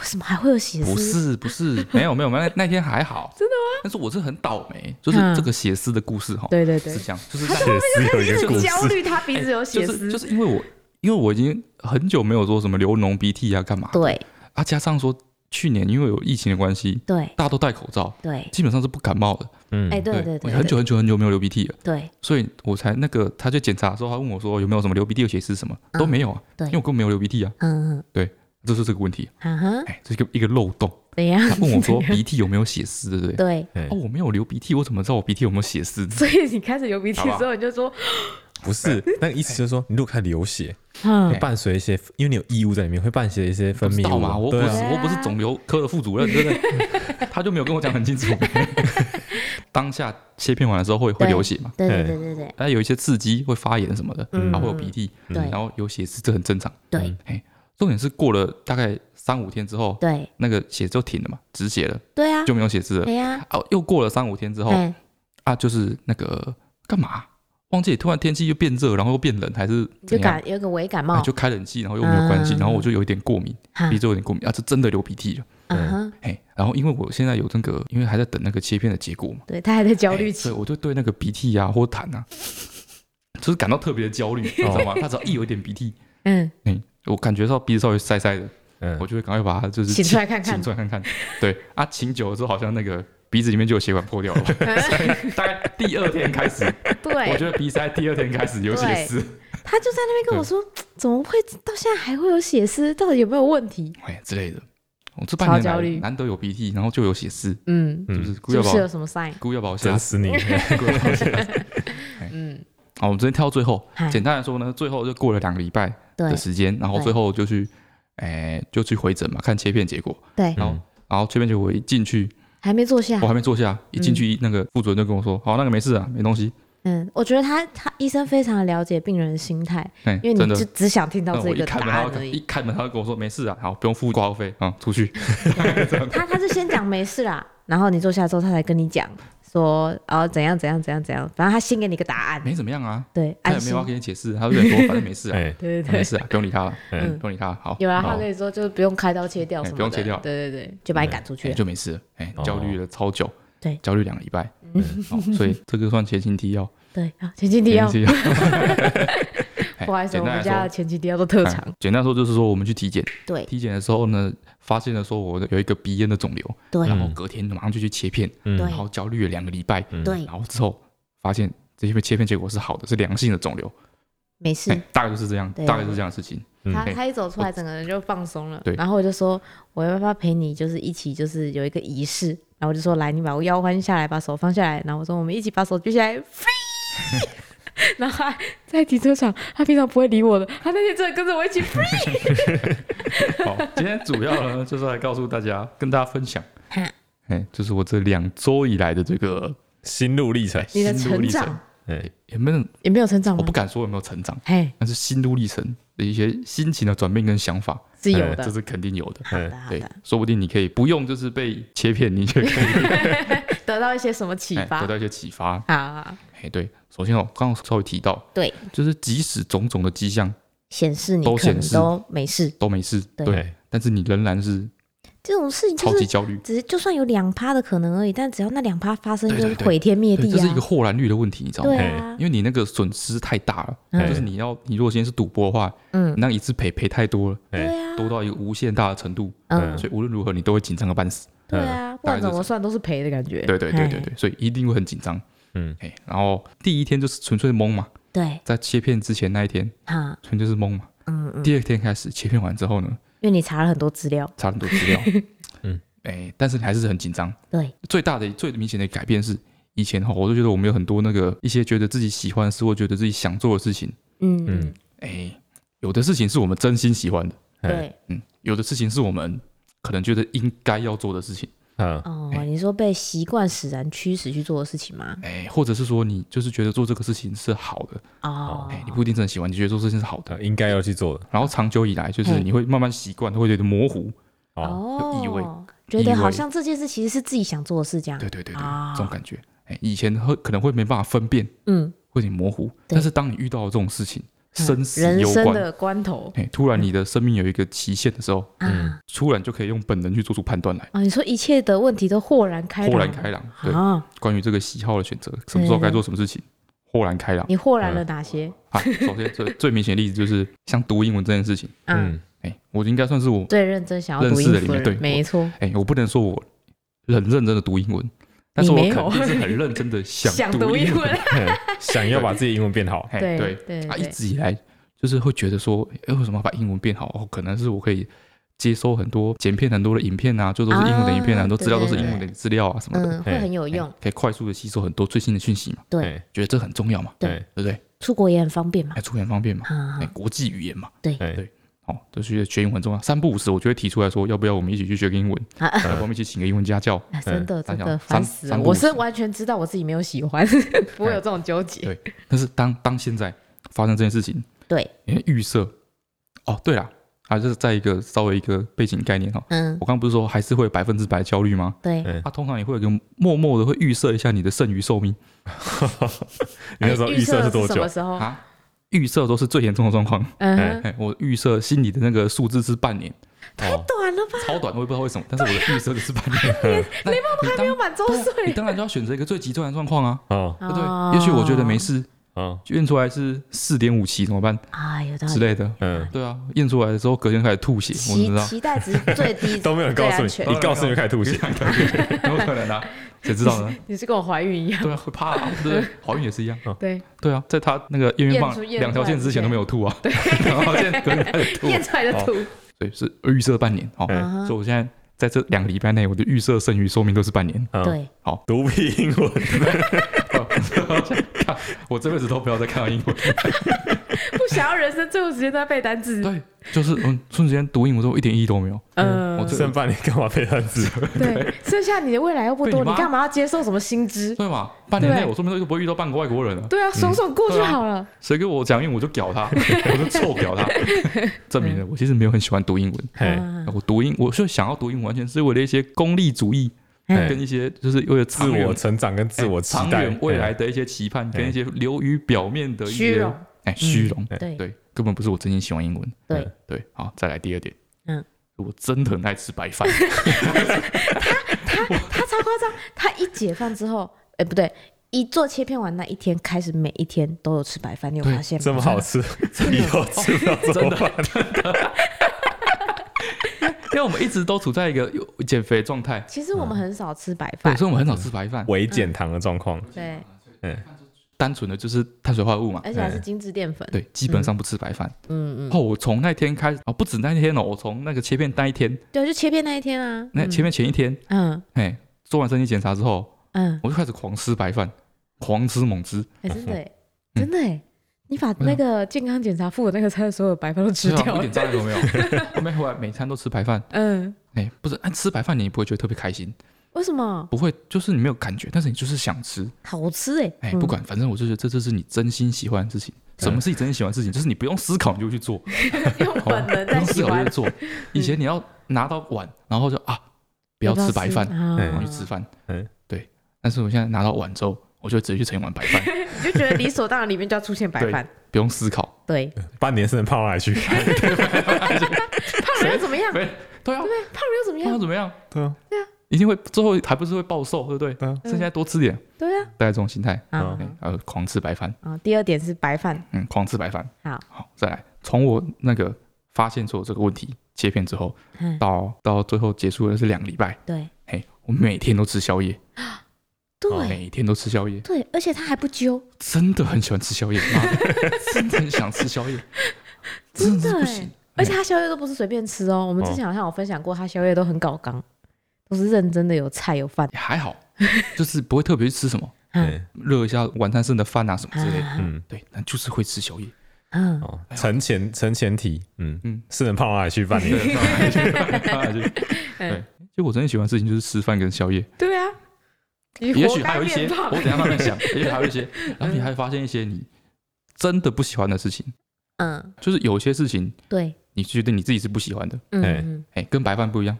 为什么还会有血丝？”不 (laughs) 是不是，没有没有没有，那那天还好，真的吗？但是我是很倒霉，就是嗯这个血丝的故事哈，对对对是，这样，就是在确实有一个故焦事，虑，他鼻子有血哎就丝，是就是因为我因为我已经很久没有说什么流脓鼻涕啊干嘛的对啊，加上说去年因为有疫情的关系，对大家都戴口罩，对，基本上是不感冒的。嗯哎，，对对对，我很久对很久很久没有流鼻涕了，对所以我才那个他去检查的时候，他问我说有没有什么流鼻涕的血丝什么，嗯都没有啊，对因为我根本没有流鼻涕啊，嗯嗯这是这个问题，嗯哼，哎，这是一个一个漏洞。怎样？他问 (laughs) 我说鼻涕有没有血丝，对不对？对，哎哦，我没有流鼻涕，我怎么知道我鼻涕有没有血丝？所以你开始流鼻涕好不好之后，你就说不是，那个意思就是说，你如果开始流血，：“嗯哎会，伴随一些，因为你有异物在里面，会伴随一些分知泌道物吗？啊，我不对是啊，我不是肿瘤科的副 (laughs) 主任，对不对？他就没有跟我讲很清楚。当下切片完的时候会会对流血嘛？对对哎对对对哎，有一些刺激会发炎什么的，嗯然后会有鼻涕，对然后有血丝，这很正常。对哎，重点是过了大概三五天之后，对那个血就停了嘛，止血了，对啊就，没有血丝了哎。呀，哦，又过了三五天之后哎，啊，就是那个干嘛？忘记突然天气又变热，然后又变冷，还是你就怎样？感有个微感啊冒，就开冷气，然后又没有关系，嗯然后我就有一点过敏，哈鼻子有点过敏啊，这真的流鼻涕了。嗯哼，哎，然后因为我现在有那个，因为还在等那个切片的结果嘛，对他还在焦哎虑所期以，我就对那个鼻涕啊或痰啊， (laughs) 就是感到特别的焦虑，你知道吗？他只要一有一点鼻涕，哦 (laughs) 嗯，哎，我感觉到鼻子稍微塞塞的，我嗯，就会赶快把它就是请出来看看请出来看看。对啊，请久了之后好像那个鼻子里面就有血管破掉了 (laughs) 吧，大概第二天开始，我对，觉得鼻塞第二天开始有血丝。他就在那边跟我嗯说，怎么会到现在还会有血丝？到底有没有问题？哎之类的。我这半年超焦来虑难得有鼻涕，然后就有血丝，嗯，就是故意是要不把是有我什么 sign？故意要把我吓整死。死你，故意要把我吓死嗯， (laughs) 好，我们直接跳到最后嗨。简单来说呢，最后就过了两个礼拜对的时间，然后最后就去，哎，就去回诊嘛，看切片结果。对，然后，然后切片结果一进去，还没坐下嗯我，还没坐下，一进去那个副主任就跟我说：“好，那个没事啊，没东西。嗯，我觉得他他医生非常了解病人的心态，”哎，因为真你的就。只想听到但这我一个开答门，案他就而一已。开门他就跟我说：“没事啊，好，不用付挂号费啊，出 (laughs) 去。他他是先讲没事啦，然后你坐下之后，他才跟你讲说哦怎样怎样怎样怎样，反正他先给你个答案，没怎么样啊，对，他安也没心有。要跟你解释，他就 (laughs) 跟你说反正没事啊，哎，对对没对，事啊，不用理他了，嗯不用理他了。”好，有啊，好他跟你说就是不用开刀切掉哎什么的，不用切掉对对对，就把你赶出去哎，了。就没事了，哎、哦焦虑了超久，对焦虑两个礼拜，嗯，好 (laughs) 所以这个算前情提要，对，好，前进提要前，(laughs) 情提要，哎不好意思，简我单们来家的说前情提要都特哎长。简单说就是说，我们去体检，对体检的时候呢，发现了说我有一个鼻咽的肿瘤，对然后隔天马上就去切片，嗯对然后焦虑了两个礼拜，嗯对，然后之后发现这些切片结果是好的，是良性的肿瘤，没哎、事。大概就是这样，对啊大概就是这样的事情，嗯他哎他一走出来，整个人就放松了对。然后我就说，我要不要陪你，就是一起，就是有一个仪式。然后我就说，来，你把我腰弯下来，把手放下来。然后我说，我们一起把手举起来， (laughs) 飞。然后他在停车场，他平常不会理我的，他那天真的跟着我一起嗯飞。 (laughs) 好，今天主要呢就是来告诉大家，跟大家分享。哎，就是我这两周以来的这个心路历程，你的心路成历程长嗯哎，有没有也没有成长我吗不？敢说有没有成长，嘿，但是心路历程的一些心情的转变跟想法，哎是有这的。是肯定有的。好哎的，好对的，，说不定你可以不用就是被切片，你就可以得到一些什么启哎发 (laughs) 得？到一些启发。好好，哎，对，首先我刚刚稍微提到，对，就是即使种种的迹象显示你都可显能示都没事，都没事，对对，对，但是你仍然是这种事情超就是级焦虑。只是就算有两趴的可能而已，但只要那两趴发生，对就对是对毁天灭对，地这是一啊！个豁然率的问题，你知道吗对？啊因，为你那个损失太大了，嗯就是你要你如果今天是赌博的话，嗯你，那一次赔赔太多了，对啊，嗯多到一个无限大的程度，嗯，所以无论如何你都会紧张个半死。对啊，不嗯大管概是怎么算都是赔的感觉。对对对对哎对，所以一定会很紧张。嗯，哎，然后第一天就是纯粹懵嘛，对，在切片之前那一天，哈，纯粹是懵嘛。嗯嗯，第二天开始切片完之后呢，因为你查了很多资料，查很多资 (laughs) 料，嗯，哎，但是你还是很紧张。对，最大的、最明显的改变是，以前哈，我就觉得我们有很多那个一些觉得自己喜欢的事，或觉得自己想做的事情，嗯嗯嗯，哎，有的事情是我们真心喜欢的，哎，对，嗯，有的事情是我们可能觉得应该要做的事情，嗯，哦，哎你说被习惯使然驱使去做的事情吗？哎、或者是说你就是觉得做这个事情是好的，哦，哎、你不一定是很喜欢，你觉得做这件事是好的呃，应该要去做的然后长久以来就是嘿你会慢慢习惯，会觉得模糊，哦，哦，有意味觉得意味好像这件事其实是自己想做的事这样。对对对对，啊这种感觉，哎、以前会可能会没办法分辨，嗯，会有点模糊，但是当你遇到这种事情，生死人攸生关，的嗯关头哎、突然你的生命有一个期限的时候，啊突然就可以用本能去做出判断来，啊！你说一切的问题都豁然开朗，豁然开朗，对，啊！关于这个喜好的选择，什么时候该做什么事情，豁然开朗你豁然了哪些啊！首先最最明显的例子就是像读英文这件事情，啊？嗯，哎、我应该算是我，最认真想要读音认识的里符面对人，没错，哎、我不能说我很认真的读英文，但是我你没肯有定是很认真 (laughs) 的想读英英文，文，嗯想要把自己英文变好，哎、对对，对啊，一对，直以来就是会觉得说，哎、为什么要把英文变好？哦，可能是我可以。接收很多剪片很多的影片啊，就都是英文的影片啊啊，很多资料都是对对英文的资料啊什么的，嗯，会很有哎用，可以快速的吸收很多最新的讯息嘛， (laughs) 对哎，觉得这很重要嘛，对哎对不对？出国也很方便嘛还。出很方便嘛，啊哎、，国际语言嘛，哎，哦，就是学英文很重要。三不五时，我就会提出来说，要不要我们一起去学个英文？啊要不要我们一起请个英文 (laughs) 家教？啊真的三真哎小的三烦死了！三不我五是时完全知道我自己没有喜欢，不会有这种纠结。对但是当当现在发生这件事情，对，因为预设，哦，对啦，啊，就是在一个稍微一个背景概念哈、哦。嗯，我刚不是说还是会百分之百焦虑吗？对，哎啊，通常你会有一个默默的会预设一下你的剩余寿命你那时候哎预设是多什么久？时候？啊，预设都是最严重的状况。嗯哎哼，哎，我预设心里的那个数字是半年，短哦，了吧？超短，我也不知道为什么，但是我的预设的是半年。那你还没有满周你当然就要选择一个最极端的状况啊。哦，对不对？也许我觉得没哦。事，哦，验出来是四点五七怎么办啊，有道之理。类的？嗯，，对啊，验出来的时候隔天开始吐血，我期知道期待值最低 (laughs) 都没有人嗯告最诉安你，全一告诉你就开始吐血，有可能啊，谁知道呢？你是跟我怀孕一样，对啊，会怕啊，对不对？怀孕也是一样，对，对啊，在他那个验孕棒验出验两条线之前都没有吐啊， (laughs) 两条线隔天开始吐，验出来的图所以是预设半年哦，嗯啊所以我现在。在这两个礼拜内，我的预设剩余寿命都是 (laughs) 半年。哦嗯，对，嗯独臂英文， (laughs) 我这辈子都不要再看到英 (laughs) 文。不想要人生最后时间都在背单词，对，就是嗯，瞬间读英文之后一点意义都没有。嗯我这剩半年干嘛背单词？对，剩下你的未来又不对多，你你妈嗯干嘛要接受什么薪资？对嘛？半年内对我说不定就不会遇到半个外国人了。对啊，爽爽过去对啊好了。谁给我讲英文我就屌他， (laughs) 我就臭屌 (laughs) 他，证明了嗯我其实没有很喜欢读英文。嘿，啊我读英，我就想要读英文，完全是为了一些功利主义，嗯哎跟一些就是为了自长远我成长跟自我期哎长哎待哎远，未来的一些期盼，跟一些流于表面的一虚些荣哎虚荣，哎对对，根本不是我真心喜欢英文。对，对，好，再来第二点，嗯，我真的很爱吃 (laughs) 白饭，他超夸张，他一解放之后，哎，不对。一做切片完那一天开始，每一天都有吃白饭，你有发现吗？这么好吃，以后吃不到怎么办？因为我们一直都处在一个有减肥状态，其实我们很少吃白嗯对，饭，所以我们很少吃白饭，微减糖的状况，对，单纯的就是碳水化合物嘛，而且还是精致淀粉。嗯对，基本上不吃白饭。嗯嗯，哦，我从那天开始，哦，不止那一天哦，我从那个切片那一天，对，就切片那一天啊。那前面前一天，嗯哎，做完身体检查之后，嗯，我就开始狂吃白饭，狂吃猛吃，哎，真的欸，嗯真的欸，你把那个健康检查附的那个餐的所有白饭都吃对嗯啊，掉我一了点。障碍都没有。 (laughs) 后面后来每餐都吃白饭，嗯，哎，不是，哎，吃白饭你也不会觉得特别开心，为什么？不会，就是你没有感觉，但是你就是想吃，好吃哎，哎，嗯不管，反正我就觉得这就是你真心喜欢的事情。什么是你真心喜欢的事情？就是你不用思考你就去做，嗯 (laughs) 用好本能不在用思喜考就欢去，做。 (laughs) 以前你要拿到碗，然后就啊，不要吃白饭，哎啊我去吃饭。嗯对。但是我现在拿到碗之后，我就直接去盛一碗白饭，你就觉得理所当然里面就要出现白饭。不用思考。 (laughs) 对，半年是能胖到哪里去？胖了又怎么样？对对啊，对，胖了又怎么那要样？怎么样？对啊，一定会最后还不是会暴瘦，对不对？对啊，剩下多吃点，对啊，大概这种心态。啊哎呃，狂吃白饭，啊！第二点是白饭，嗯，狂吃白饭。好，好，再来，从我那个发现说有这个问题切片之后，嗯，到到最后结束的是两个礼拜，对嘿，我每天都吃宵夜，对每天都吃宵夜，对，而且他还不揪，真的很喜欢吃宵夜，妈的 (laughs) 真的很想吃宵夜，真的是真的不欸行。哎而且他宵夜都不是随便吃哦。我们之前好像有分享过，他宵夜都很搞纲，都是认真的，有菜有饭。也还好，就是不会特别去吃什么，嗯嗯热一下晚餐剩的饭啊什么之类的。啊嗯， (laughs) 对，但就是会吃宵夜，嗯，哦，成前成前提，嗯嗯嗯，是能胖到哪里去？半年，对，放下去，放下去。对，就我真的喜欢的事情就是吃饭跟宵夜，对啊，你也活许该还有一些，变胖我等一下慢慢想，也许还有一些，然后你还发现一些你真的不喜欢的事情，嗯，就是有些事情对，你觉得你自己是不喜欢的，嗯哎嗯，哎，跟白饭 (laughs) 不一样，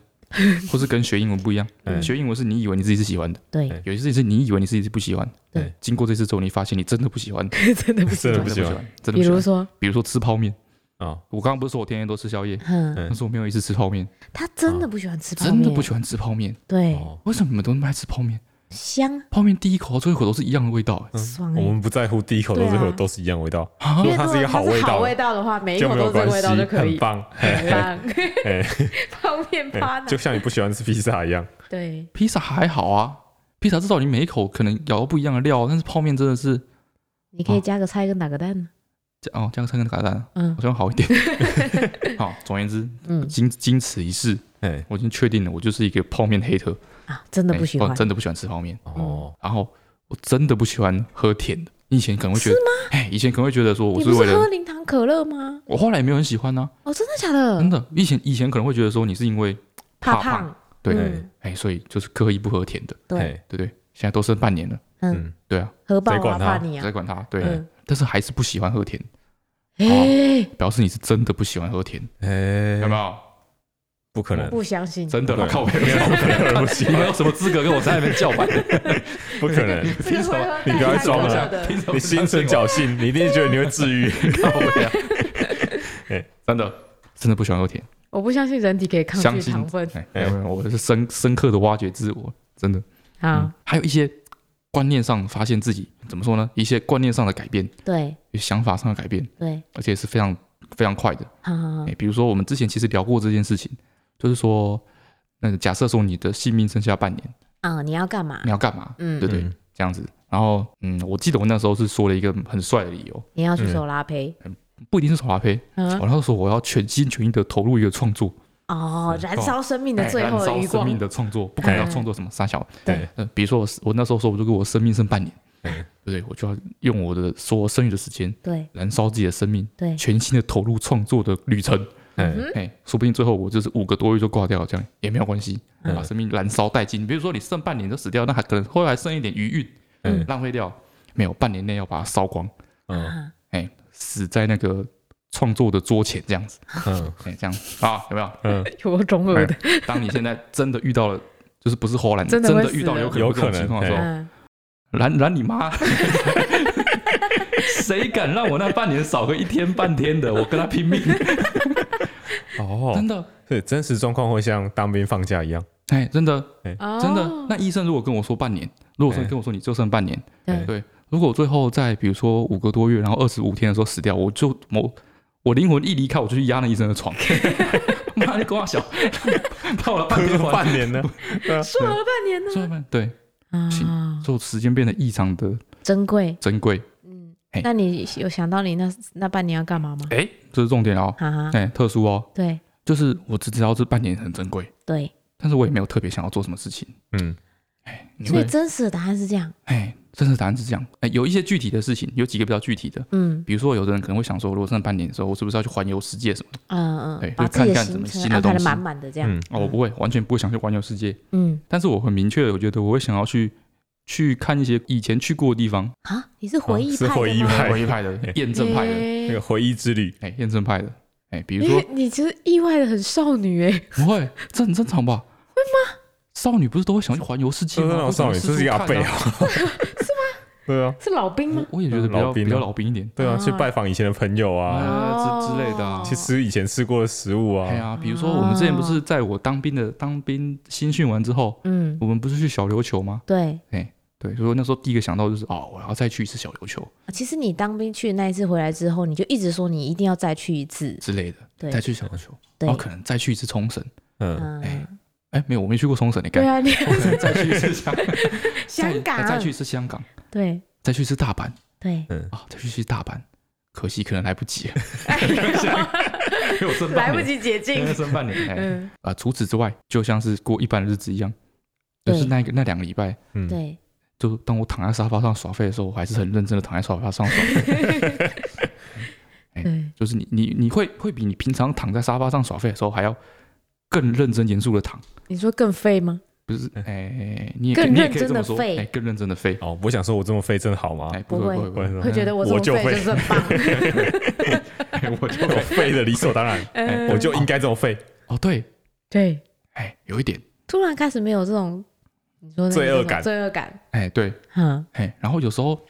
或是跟学英文不一样。嗯学英文是你以为你自己是喜欢的，对，哎有些事情是你以为你自己是不喜欢，对，经过这次之后，你发现你真的不喜欢，哎 (laughs) 真的不行真。的不不喜喜欢欢，真的比不喜如欢。说，比如说吃泡面，哦，我刚刚不是说我天天都吃宵夜，嗯，嗯但是我没有一次吃泡面，他真的不喜欢吃泡面，真的不喜欢吃泡面。对，哦，为什么你们都那么爱吃泡面？香泡面第一口和最后一口都是一样的味道、欸爽我哎。们不在乎第一口对都啊是都是一样味道，啊如因为果它如是一果个好它是味好道，味道的话，每一就口没都有是这关个味系，道就可很以。棒。 (laughs) 很棒，哎 (laughs) 泡面趴哎，呢就？像你不喜欢吃披萨一样，对，披萨还好啊，披萨至少你每一口可能咬到不一样的料，但是泡面真的是你可以加个菜跟打个蛋。加哦加个三根卡蛋，嗯好像好 (laughs) 一点。好，总而言之，嗯经经此一事，哎，我已经确定了，我就是一个泡面黑特，啊，真的不喜哎欢我。真的不喜欢吃泡面，嗯哦，然后我真的不喜欢喝甜的。以前可能会觉得，哎，以前可能会觉得说我你是不为是喝了，零糖可乐吗？我后来也没有很喜欢呢、哦，真的假的？真的。以前以前可能会觉得说你是因为怕怕胖胖。对，嗯哎，所以就是刻意不喝甜的，对，哎，对不对？现在都剩半年了，嗯，嗯，对啊，喝爆谁管啊，他怕你啊谁。管他？对，嗯，但是还是不喜欢喝甜，哎，表示你是真的不喜欢喝甜，有哎，没有？不可能，哎不相信，真的啦，对靠背，你们有什么资格跟我在那边叫板？ (laughs) 不可 (laughs) 能，这个会喝你不要代再餐装可了乐的凭什么你心存侥幸，你一定觉得你会 (laughs) 治愈。靠背啊？ (laughs) 哎真的，真的不喜欢喝甜，我不相信人体可以抗相拒信糖分。哎，没有没有，我是深深刻的挖掘自我，真的。嗯啊，，还有一些观念上发现自己怎么说呢？一些观念上的改变，对想法上的改变，对，而且是非常非常快的。好好好哎，比如说我们之前其实聊过这件事情，就是说，那假设说你的性命剩下半年，啊，你要干嘛你？要干嘛？嗯对不对？嗯这样子。然后，嗯，我记得我那时候是说了一个很帅的理由，你要去手拉胚。不一定是手拉胚，嗯我那时候说我要全心全意的投入一个创作，哦，燃烧生命的哎最燃后的烧余生光命。的创 (laughs) 作，不管哎要创作什么傻小，对，呃，比如说我我那时候说，我如果我生命剩半年，哎对不对？我就要用我的所有剩余的时间，对燃烧自己的生命，对，全心的投入创作的旅程。哎嗯哎，说不定最后我就是五个多月就挂掉了，这样也没有关系，嗯把生命燃烧殆尽。比如说你剩半年就死掉，那还可能后来还剩一点余韵，嗯浪费掉，没有半年内要把它烧光，嗯啊哎，死在那个创作的桌前这样子，嗯哎，这样啊，有没有？嗯，有中二的，当你现在真的遇到了， (laughs) 就是不是荷兰，真真的会遇到了有可能有会这种可能哎情况的时候，嗯，燃燃你妈！ (laughs) 谁敢让我那半年少个一天半天的？我跟他拼命！ (laughs) 哦真，的，对，真实状况会像当兵放假一样，哎，真的，哦真的。那医生如果跟我说半年，如果说哎跟我说你就剩半年，对对，如果我最后在比如说五个多月，然后二十五天的时候死掉，我就某我灵魂一离开，我就去压那医生的 (laughs) 床。 (laughs) 妈，你跟我小， (laughs) 把我的半 (laughs) 天说还半 (laughs) 年呢，对啊说了半年呢，算半对，行啊，就时间变得异常的珍贵。珍贵。嗯嘿，那你有想到你那那半年要干嘛吗？哎，这是重点哦，哈嗯哈，哎、特殊哦，对就是我只知道这半年很珍贵，对，但是我也没有特别想要做什么事情。嗯，哎，你所以会真实的答案是这样。哎，真实答案是这样。哎，有一些具体的事情，有几个比较具体的，嗯比如说有的人可能会想说，如果剩半年的时候，我是不是要去环游世界什么的？嗯对嗯，把自己哎的就看看怎行么程新的安排东的西满满的这样。嗯哦，我不会，完全不会想去环游世界，嗯但是我很明确的，我觉得我会想要去去看一些以前去过的地方，啊，你是回忆哦是派的回忆吗派哎回忆派 (laughs) 的、验证派的，欸那个回忆之旅，哎，验证派的，哎，比如你说你其实意外的很少女哎、不会，这很正常吧？会吗？少女不是都会想去环游世界这是吗？那种少女，会想这是一个四处阿贝看啊，是吗？ (laughs) 对啊，是老兵吗我？我也觉得比较老兵啊比较老兵一点对啊，啊去拜访以前的朋友啊，啊哦之之类的啊。哦去吃以前吃过的食物哎啊，呀，比如说我们之前不是在我当兵的当兵新训完之后，嗯，我们不是去小琉球吗？对。对，所以那时候第一个想到就是哦，我要再去一次小琉球其实你当兵去的那一次回来之后，你就一直说你一定要再去一次。之类的，对再去小琉球，对然后可能再去一次冲绳。嗯，哎嗯，哎，没有，我没去过冲绳，你对看，啊，你我可能再去一次香香港 (laughs) 再再去一次香港，对再去一次大阪对，啊，再去一次大阪。可惜可能来不及，来不及解因禁为。剩半年。 (laughs) 哎嗯，啊，除此之外，就像是过一般的日子一样，就是对那一个那两个礼拜，嗯，对，就当 (laughs) 我躺在沙发上耍废的时候，我还是很认真的躺在沙发上耍废。哎对就是你你你会会比你平常躺在沙发上耍废的时候还要更认真严肃的躺，你说更废吗？不是？哎、你也更你也认可以这真么地说，哎、废哦更认真的废，哦，我想说，我这么废真的好吗哎、？不会不会不会，会觉得我这我么就废会就是很棒。 (laughs) 哎我就 (laughs) 我废的理所当然，嗯哎我就应该这么废，哦对，对，哎、有一点，突然开始没有这种你说那个罪恶叫什么感罪恶感。哎、对，嗯，哎、然后有时候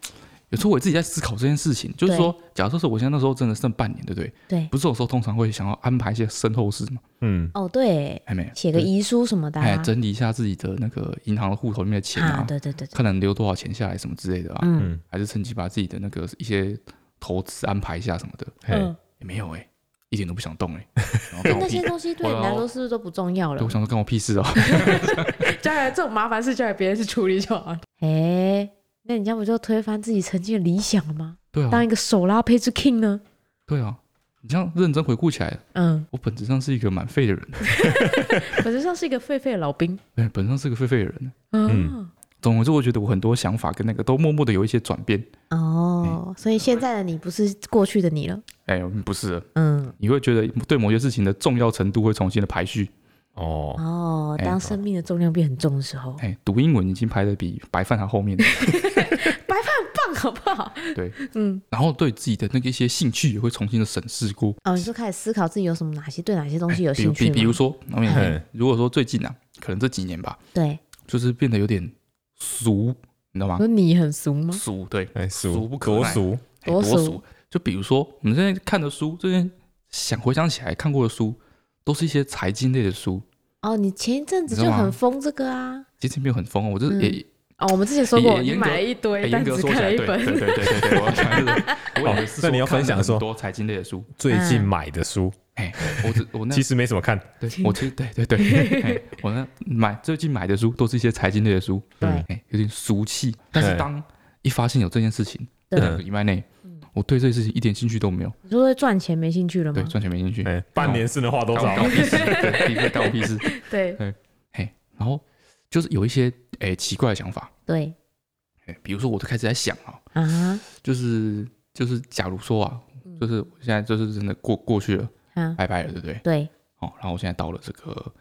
有时候我自己在思考这件事情，就是说，假设是我现在那时候真的剩半年，对不对？对，不是有时候通常会想要安排一些身后事嘛，嗯，哦对，还没写个遗书什么的、哎、啊，整理一下自己的那个银行的户头里面的钱啊啊，，对对对对，看能留多少钱下来什么之类的啊，嗯，还是趁机把自己的那个一些投资安排一下什么的，嘿，嗯也没有哎、一点都不想动哎、然后但干我那屁些事，东西对你来说是不是都不重要对了我？想说干我屁事哦、 (laughs) 交给这种麻烦事交给别人去处理就好了。哎、那你这样不就推翻自己曾经的理想了吗？对啊当，一个手拉胚之 king 呢？对啊，你这样认真回顾起来，嗯，我本质上是一个蛮废的人， (laughs) 本质上是一个废废的老兵。对，本质上是个废废的人。嗯，总而言之，我觉得我很多想法跟那个都默默的有一些转变。嗯哦，所以现在的你不是过去的你了，哎、不是了，嗯，你会觉得对某些事情的重要程度会重新的排序。哦，哦，哎当生命的重量变很重的时候，哎、读英文已经排的比白饭还后面了。棒好不好？对， (laughs) 嗯，然后对自己的那个一些兴趣也会重新的审视过。哦，你就开始思考自己有什么哪些对哪些东西有比如兴趣比比如吗？说，我跟你讲嗯如果说最近啊，可能这几年吧，对，就是变得有点俗，你知道吗？说你很俗吗？俗对，哎，俗俗不可多耐俗，哎多俗俗。就比如说我们现在看的书，这些想回想起来看过的书，都是一些财经类的书。哦，你前一阵子你就知道吗很疯这个啊，其实没有很疯哦，我就是嗯也、哦，我们之前说过，严你买了一哎堆，严但格只说起看来，了对一对本。对对对对，我要讲就是， (laughs) 我以为是哦那你要说分享看了说很多财经类的书，最近买的书，哎，我只嗯我那其实没什么看，对我其实对对对，哎我那买最近买的书都是一些财经类的书，对哎，有点俗气。但是哎当一发现有这件事情，这对嗯两个礼拜内，我对这件事情一点兴趣都没有，你说对赚钱没兴趣了对吗？赚钱没兴趣，哎，半年是能花多干我少干？我屁事，对，屁事干我屁事。 (laughs) 对，然后就是有一些哎奇怪的想法，对哎，比如说我就开始在想啊，啊哈，就是就是假如说啊，就是我现在就是真的过过去了，嗯啊，拜拜了，对不对？对，哦，然后我现在到了这个，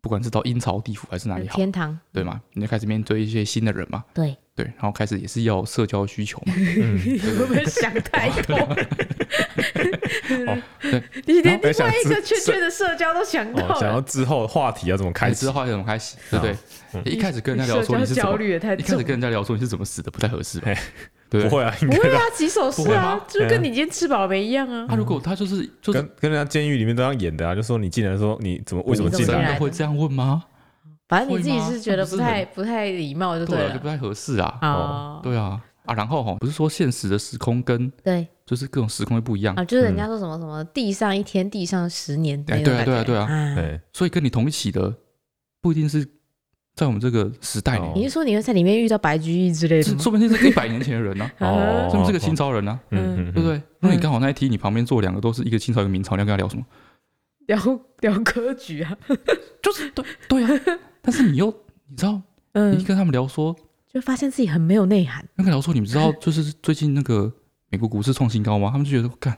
不管是到阴曹地府还是哪里好，天堂，对吗？你就开始面对一些新的人嘛， (laughs) 对，对，然后开始也是要有社交需求嘛，嗯，你会不会想太多？ (laughs) 对，你连哎另想外一个知圈圈的社交都想哦，到想要了，之后话题要怎么开开始嗯始？后来怎么开始，对不对？一开始跟人家聊社说交你是怎焦么，虑也太一开始重跟。人家聊说你是怎么死的，不太合适吧嘿，对不对？会啊，应不该会啊，起手不式会啊吗，嗯就是跟你今天吃饱了没一样啊。他如果他就是就是跟跟人家监狱里面都要演的啊，就说你进来说你怎么为什么你进怎么真来？的会这样问吗？反正你自己会吗是觉得不太不太礼貌就对对啊，就了不太合适啊，啊。对啊啊，然后哈，不是说现实的时空跟对就是各种时空会不一样啊，，就是人家说什么什么地上一天，地上十年那嗯哎，种对啊感对觉啊对啊，啊。哎，所以跟你同起的不一定是在我们这个时代里哦你是说你会在里面遇到白居易之类的是吗？说不定是一百年前的人呢、啊，哦说不定是个清朝人呢、嗯，嗯啊，对不嗯，对？如果你刚好那一梯，你旁边坐两个都是一个清朝一个明朝，你要跟他聊什么？聊 (laughs) 聊科举啊，就是对对啊，但是你又你知道，你嗯，跟他们聊说，就发现自己很没有内涵，跟他聊说，你们知道就是最近那个美国股市创新高吗？他们就觉得干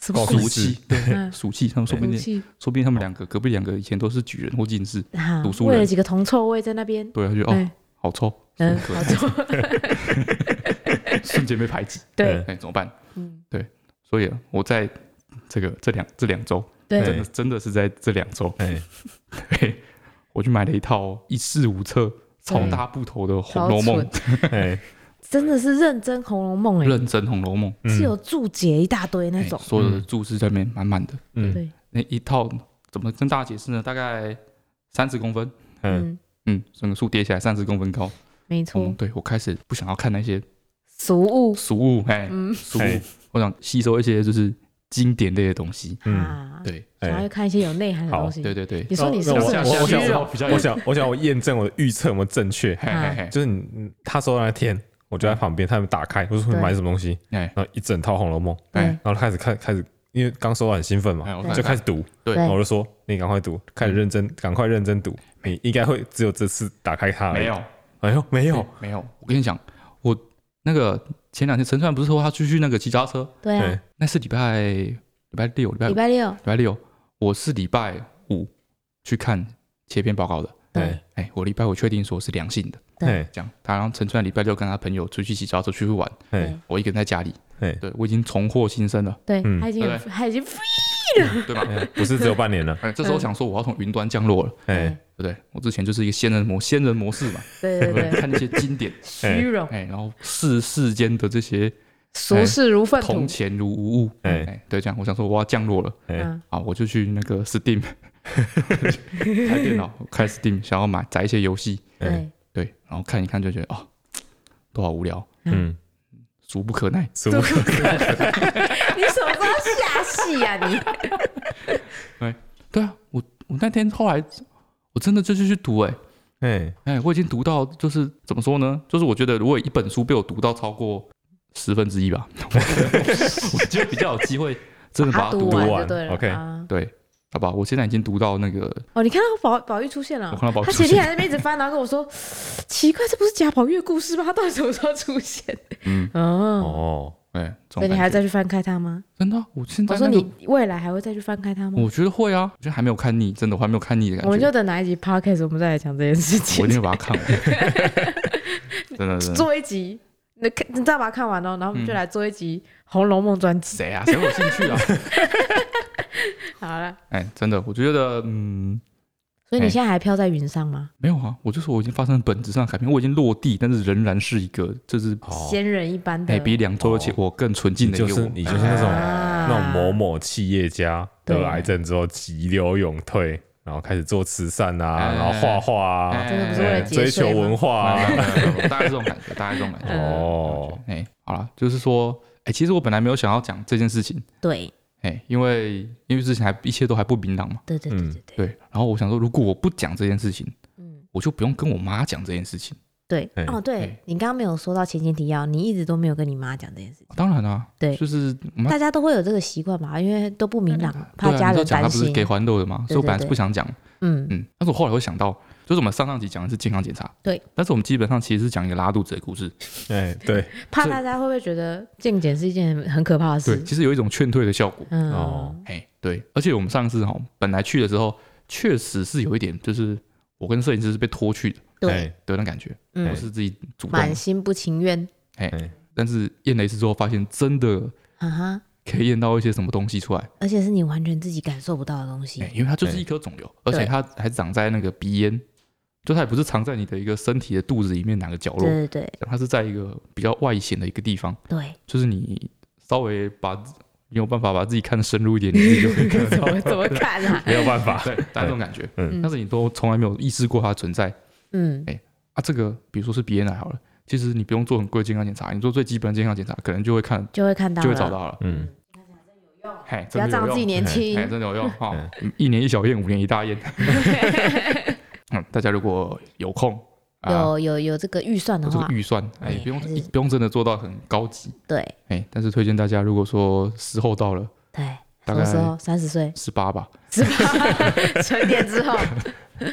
什么么哦暑股气市， (laughs) 对暑气，他们说不定气说不定他们两个隔壁两个以前都是举人或进士， (laughs) 啊读书人为了几个铜臭味在那边，对啊，就觉得哦对，好臭， (laughs) 嗯，可好做，瞬间被排挤，对，哎，怎么办？嗯，所以我在这个这两这两周，真对，的真的是在这两周，哎，嘿，我去买了一套一事无策、超大部头的《红楼梦超》，哎，真的是认真《红楼梦》哎，认真《红楼梦》是有嗯注解一大堆那哎种，所有的注释在面满满的。嗯对，那一套怎么跟大家解释呢？大概三十公分，嗯，嗯，嗯，整个树跌下来三十公分高。没嗯错，，对我开始不想要看那些俗物俗物，哎，嗯俗物哎，我想吸收一些就是经典类的东西。嗯，啊，对，哎想要看一些有内涵的好东西。对对对，你说你是那不我是下很下我虚想荣？我比较我有，想我想我验证我的预测有没有正确，嘿嘿嘿，就是你嗯他说的那天，我就在旁边，他们打开，我说对你买什么东西，哎然后一整套《红楼梦》，对哎，然后开始看开始，因为刚收到很兴奋哎我嘛，看就开始读，对然后我就说你赶快读，开始认真，赶快认真读，你应该会只有这次打开它，没，有哎呦没有对，没有，我跟你讲，我那个前两天陈川不是说他去去那个骑脚踏车，对啊哎，那是礼拜礼拜六，礼拜礼礼拜六，拜六，我是礼拜五去看切片报告的。啊哎哎，我礼拜五确定说是良性的，哎这样。他然后陈川礼拜六跟他朋友出去洗澡出去玩，哎我一个人在家里。哎，对我已经重获新生 (laughs) 了，对嗯他已经对有他已经对吧？哎不是只有半年了，哎，这时候想说我要从云端降落了，哎对不对？我之前就是一个仙人模仙人模式嘛，对 (laughs) 对对，看一些 (laughs) 经典，虚荣，哎，然后视世间的这些俗世如粪土铜。钱如无物，哎哎，对，这样我想说我要降落了哎嗯，啊，我就去那个 Steam (laughs) 开电脑，开 Steam 想要买载一些游戏，哎对，对，然后看一看就觉得哦，都好无聊，嗯，俗不可耐，是不是？ (laughs) 你什么时候下戏呀、啊、你？对啊，我我那天后来我真的就去去读哎、哎哎，我已经读到，就是怎么说呢？就是我觉得，如果一本书被我读到超过十分之一吧，我觉得比较有机会真的把它读读完就对了。 OK 啊对，好吧，我现在已经读到那个，哦，你看到宝宝玉出现了，我看到宝玉他出前现天还在那边一直翻，然后跟我说，奇怪，这不是贾宝玉的故事吗？他到底什么时候出现？嗯，哦，哦，哎，这所以种你还感觉再去翻开它吗？真的啊、我现在我说那个你未来还会再去翻开它吗？我觉得会啊，我觉得还没有看腻，真的我还没有看腻的感觉，我们就等哪一集 podcast 我们再来讲这件事我情一定，会把它看完，真的真的。做一集，那看你再把它看完哦，然后我们就嗯来做一集《红楼梦》专 (laughs) 辑。谁啊？谁有兴趣啊？好了，哎，真的，我觉得，嗯，所以哎你现在还飘在云上吗？没有啊，我就说我已经发生本质上的改变，我已经落地，但是仍然是一个，就是哦仙人一般的哎，，比两周而且我更纯净的一个就我，是哦 (laughs) 你就是那种啊那种某某企业家得对了癌症之后急流勇退，然后开始做慈善啊，哎然后画画啊，真的不是为了哎节追税求吗文化啊， (laughs) 大概这种感觉，大概这种感觉。哦，哎、好了，就是说，哎、其实我本来没有想要讲这件事情，对哎、因为因为之前还一切都还不明朗嘛，对对对嗯对对对。然后我想说，如果我不讲这件事情，嗯。我就不用跟我妈讲这件事情。对，哎哦，对哎你刚刚没有说到前前提要，你一直都没有跟你妈讲这件事情，当然啊，对就是我妈大家都会有这个习惯吧，因为都不明朗，怕对家啊，你都人讲她担不是心。给欢乐的嘛，对所以我本来是对不想讲，嗯，嗯。但是我后来会想到，就是我们上上集讲的是健康检查，对。但是我们基本上其实是讲一个拉肚子的故事，哎，对，怕这大家会不会觉得健检是一件很很可怕的对，事？其实有一种劝退的效果。嗯，哦哎、对，而且我们上次哈，本来去的时候确实是有一点，就是我跟摄影师是被拖去的，对，哎对，那感觉嗯不是自己主动满。心不情愿，但是验了一次之后，发现真的啊哈，可以验到一些什么东西出来，而且是你完全自己感受不到的东西哎、。因为它就是一颗肿瘤，而且它还长在那个鼻咽，就它也不是藏在你的一个身体的肚子里面哪个角落，对对对它是在一个比较外显的一个地方， (laughs) 对，就是你稍微把你有办法把自己看得深入一点，你自己就会 (laughs) 看得怎到。么怎么看 (laughs) 啊？没有办 (laughs) 法，对，大概这种感觉，嗯但是你都从来没有意识过它的存在，嗯，啊，这个比如说是鼻咽癌好了，其实你不用做很贵的健康检查，你做最基本的健康检查，可能就会看就会看到就会找了，到了。嗯，嘿，不要真的仗有自己用，年轻哎，。真的有用哈、一年一小验，五年一大验。嗯，大家如果有空啊，有有有这个预算的有这话个，预算，哎哎，不用还是不用真的做到很高级，对哎，但是推荐大家，如果说时候到了，对，大什么概时候？三十岁 (laughs) 十八吧，是吧？成年之后，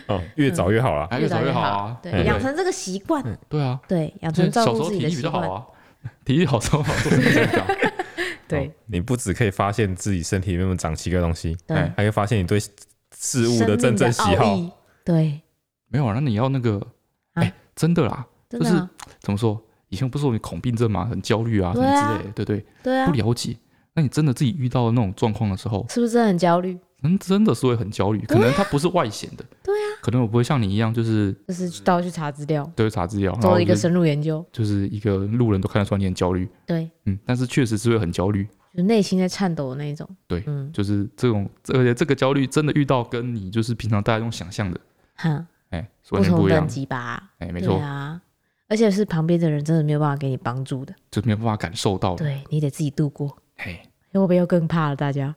哦，越早越好啦。哎，越早早越好啊， (laughs) 对哎，养成这个习惯，对啊，对，养就成是照小时顾候自体己的力比习较好惯，啊， (laughs) 体力好时候好做身体健康，嗯对哦你不只可以发现自己身体里面有没有长奇怪的东西，对哎，还可以发现你对事物生的命真正喜奥好。义，对， (laughs) 没有啊，那你要那个，啊哎，真的啦，真就的是啊，怎么说？以前不是我们恐病症嘛，很焦虑啊，什对么啊之类的，对对，对啊不，了解。那你真的自己遇到那种状况的时候，是不是真的很焦虑？嗯，真的是会很焦虑。可能它不是外显的，啊对啊，可能我不会像你一样，就是就是到处去查资料，都会查资料，然做后一个就是深入研究，就是一个路人都看得出来你很焦虑，对，嗯，但是确实是会很焦虑。就内心在颤抖的那一种，对嗯，就是这种，而且这个焦虑真的遇到跟你就是平常大家用想象的，哈，哎，是不完全同不一样等。级吧，哎，没对错，啊，而且是旁边的人真的没有办法给你帮助的，就没有办法感受到。对你得自己度过，哎，会不会又更怕了？大家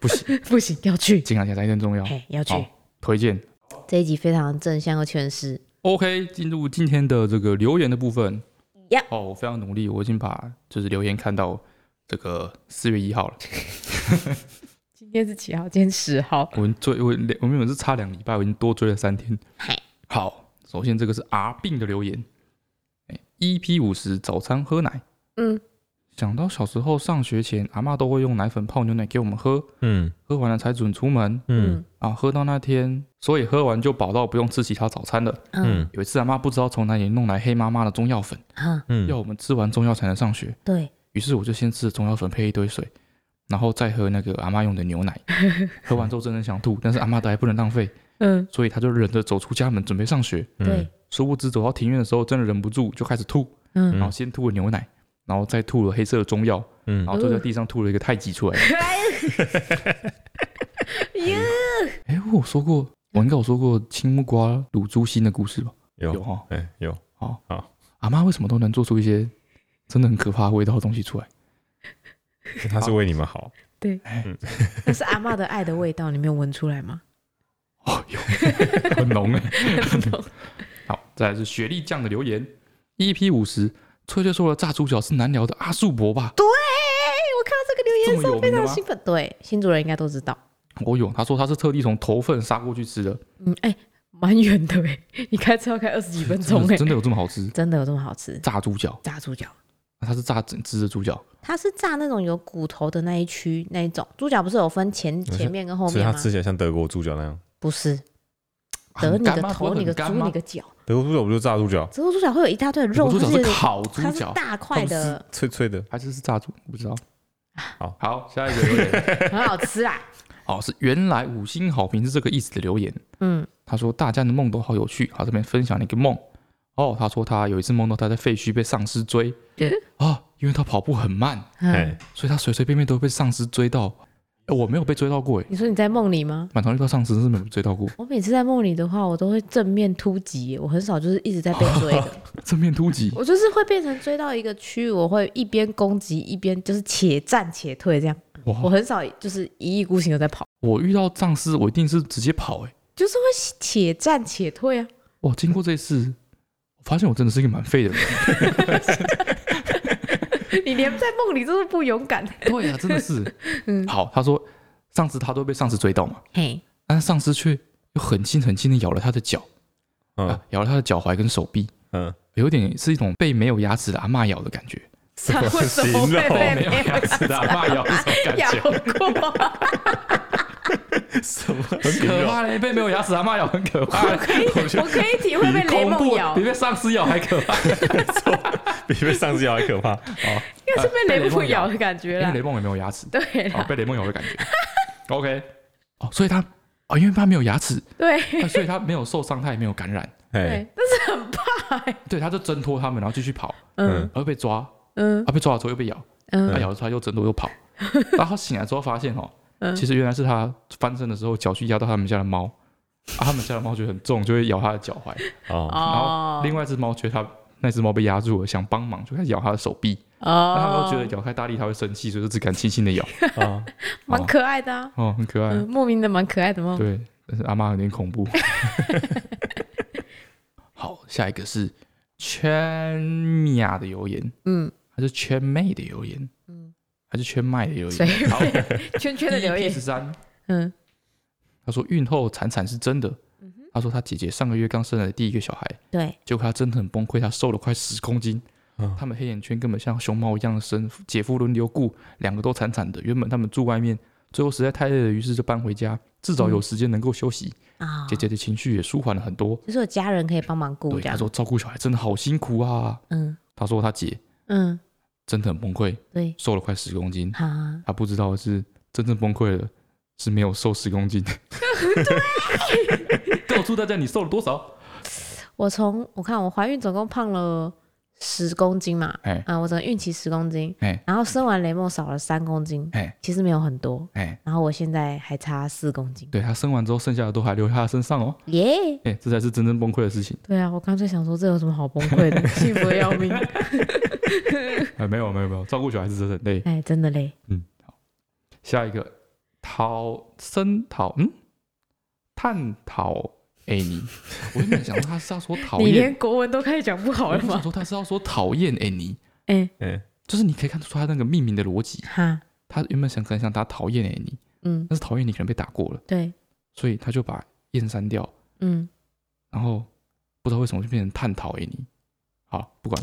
不行， (laughs) 不行，要去，健康检查一定重要，嘿，要去好，推荐。这一集非常正向又劝世， OK，进入今天的这个留言的部分。 Yep 哦，我非常努力，我已经把就是留言看到这个四月一号了。今天是几号？今天十号，我们追我两我们原本是差两礼拜，我已经多追了三天嗨。好，首先，E 这个是 R 病的留言，哎，EP 五十早餐喝奶，嗯，想到小时候上学前，阿嬷都会用奶粉泡牛奶给我们喝，嗯喝完了才准出门嗯啊。喝到那天，所以喝完就饱到不用吃其他早餐了。嗯嗯有一次，阿妈不知道从哪里弄来黑麻麻的中药粉，啊，要嗯，我们吃完中药才能上学。对，于是我就先吃中药粉配一堆水，然后再喝那个阿妈用的牛奶。喝完之后真的很想吐，但是阿妈的还不能浪费，嗯所以她就忍着走出家门准备上学。嗯对，殊不知走到庭院的时候，真的忍不住就开始吐，嗯然后先吐了牛奶，然后再吐了黑色的中药，嗯然后就在地上吐了一个太极出 (laughs) 来。哟哎、我有说过，我应该有说过青木瓜卤猪心的故事吧？有有，哈、哎有，阿妈为什么都能做出一些真的很可怕的味道的东西出来？他是为你们好，那是阿嬷的爱的味道，你没有闻出来 (laughs) 吗？哦，有很浓哎、好，再来是雪莉酱的留言，EP 五十，翠翠说的炸猪脚是难聊的阿树伯吧？对，我看到这个留言的时候非常兴奋。对，新主人应该都知道。我有，哦他说他是特地从头份杀过去吃的，嗯，哎、蛮远的欸 (laughs) 哎、你开车要开二十几分钟真哎、的真的有这么好吃？真的有这么好吃？炸猪脚，炸猪脚，那它是炸整只的猪脚，它是炸那种有骨头的那一区那一种，猪脚不是有分前是前面跟后所以面他吗？吃起来像德国猪脚那样，不是，得很你啊干个吗不头，会你个很猪干，吗你个脚。德国猪脚不就是炸猪脚，之后猪脚会有一大堆的德肉，国猪它脚是是有点烤猪它是脚大块的，脆脆的，还是是炸猪？我不知道。啊好，好，下一个留言， (laughs) 很好吃 (laughs) 啦。哦，是原来五星好评是这个意思的留言。嗯，他说大家的梦都好有趣，他这边分享了一个梦。哦，他说他有一次梦到他在废墟被丧尸追，啊、因为他跑步很慢，哎嗯，，所以他随随便便都被丧尸追到。哎我没有被追到过，哎，你说你在梦里吗？满堂遇到丧尸是没有被追到过，我每次在梦里的话，我都会正面突击耶，我很少就是一直在被追哦的，正面突击。 (laughs) 我就是会变成追到一个区域，我会一边攻击一边就是且战且退这样，我哦哇，很少就是一意孤行的在跑，我遇到丧尸，我一定是直接跑，哎，就是会且战且 (laughs) 退啊。哇，经过这一次，我发现我真的是一个蛮废的人。你连在梦里都是不勇敢，对啊，真的是。好，他说上次他都被上司追到嘛，嘿，但是上司却又很轻很轻的咬了他的脚，嗯啊，咬了他的脚踝跟手臂，嗯，有点是一种被没有牙齿的阿嬷咬的感觉。他为什 (laughs) 么会被没有齿的阿嬷咬是什么咬？过？ (laughs) 什么很 (laughs) 可怕嘞，被没有牙齿的阿嬷咬很可怕，我觉我得可以体会被比雷恐梦怖咬比，被上司咬还可怕。比被上次咬还可怕，应该是被雷梦咬因的感觉为啦雷。梦也没有牙齿，啊对啊哦啦，，被雷梦咬的感觉。OK，哦，所以他哦，因为他没有牙齿， (laughs) 对啊所以他没有受伤，他也没有感染，哎对，但是很怕哎、对，他就挣脱他们，然后继续跑，嗯嗯然后被抓，嗯他被抓了之后又被咬，他嗯，咬了之后又挣脱又跑，然后他醒来之后 (laughs) 发现哦，嗯其实原来是他翻身的时候脚去压到他们家的猫，啊，他们家的猫觉得很重，就会咬他的脚踝，哦，然后另外一只猫觉得他那只猫被压住了，想帮忙就开始咬他的手臂，但他们都觉得哦，咬太大力它会生气，所以就只敢轻轻的咬，啊，蛮可爱的啊，哦，很可爱嗯，，哦莫名的蛮可爱的梦。对，但是阿妈有点恐怖。 (laughs) 好，下一个是 Chen Mia 的留言，嗯，还是 Chen May 的留言，嗯嗯，还是 Chen Mai 的留随言。好， (laughs) 圈圈的留言 (laughs) 十，三，嗯，他说孕后产产是真的。他说他姐姐上个月刚生了第一个小孩，对，结果他真的很崩溃，他瘦了快十公斤。嗯他们黑眼圈根本像熊猫一样深，姐夫轮流顾，两个都惨惨的。原本他们住外面，最后实在太累了，于是就搬回家，至嗯少有时间能够休息。啊，姐姐的情绪也舒缓了很多。就是有家人可以帮忙顾对，哦这她样说，照顾小孩真的好辛苦啊。嗯她说她姐嗯，真的很崩溃，对，瘦了快十公斤。好啊，她不知道的是真正崩溃了是没有瘦十公斤。告诉大家你瘦了多少？我从我看我怀孕总共胖了十公斤嘛，哎啊，我整个孕期十公斤，哎然后生完雷梦少了三公斤，哎其实没有很多，哎，然后我现在还差四公斤，对她生完之后剩下的都还留在她身上哦。耶、哎，这才是真正崩溃的事情。对啊，我刚才想说这有什么好崩溃 (laughs) 的，幸福的要命，哎，没有没有没有，照顾小孩是真的很累。哎，真的嘞，下一个讨声讨嗯探讨哎你，我原本想说他是要说讨你厌连，国文都开始讲不好我了原本想吗？说他是要说讨厌哎你。哎、哎，就是你可以看得出他那个命名的逻辑，哈，他原本想可能想打讨厌欸你，嗯，但是讨厌你可能被打过了，对，所以他就把厌删掉，嗯，然后不知道为什么就变成探讨欸你。好，不管，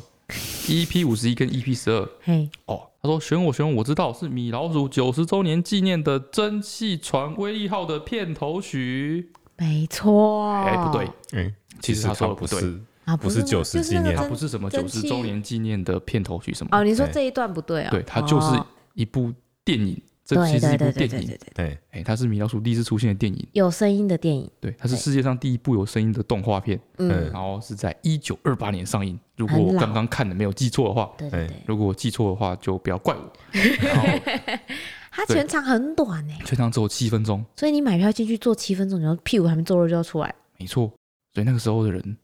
EP 五十一跟 EP 十二。嘿，哦，他说选我选我，我知道是米老鼠九十周年纪念的蒸汽船威力号的片头曲。没错。哎、不对，嗯，其实他说它的不不对是，啊，不是90就是那纪个念它真不是什么九蒸十汽周年纪念的片头曲什么。哦，你说对这一段不对哦？对，它就是哦一部电影，这对其实是对一部对对对电影对。对，对，哎、它是米老鼠第一次出现的电影，有声音的电影，对，它是对世界上第一部有声音的动画片，嗯嗯，然后是在一九二八年上映。如果很我老刚刚看的没有记错的话，对对对，如果我记错的话就不要 (laughs) 怪我。然后它对全场很短呢，全长只有七分钟，所以你买票进去坐七分钟，然后屁股还没坐热就要出来，没错，所以那个时候的人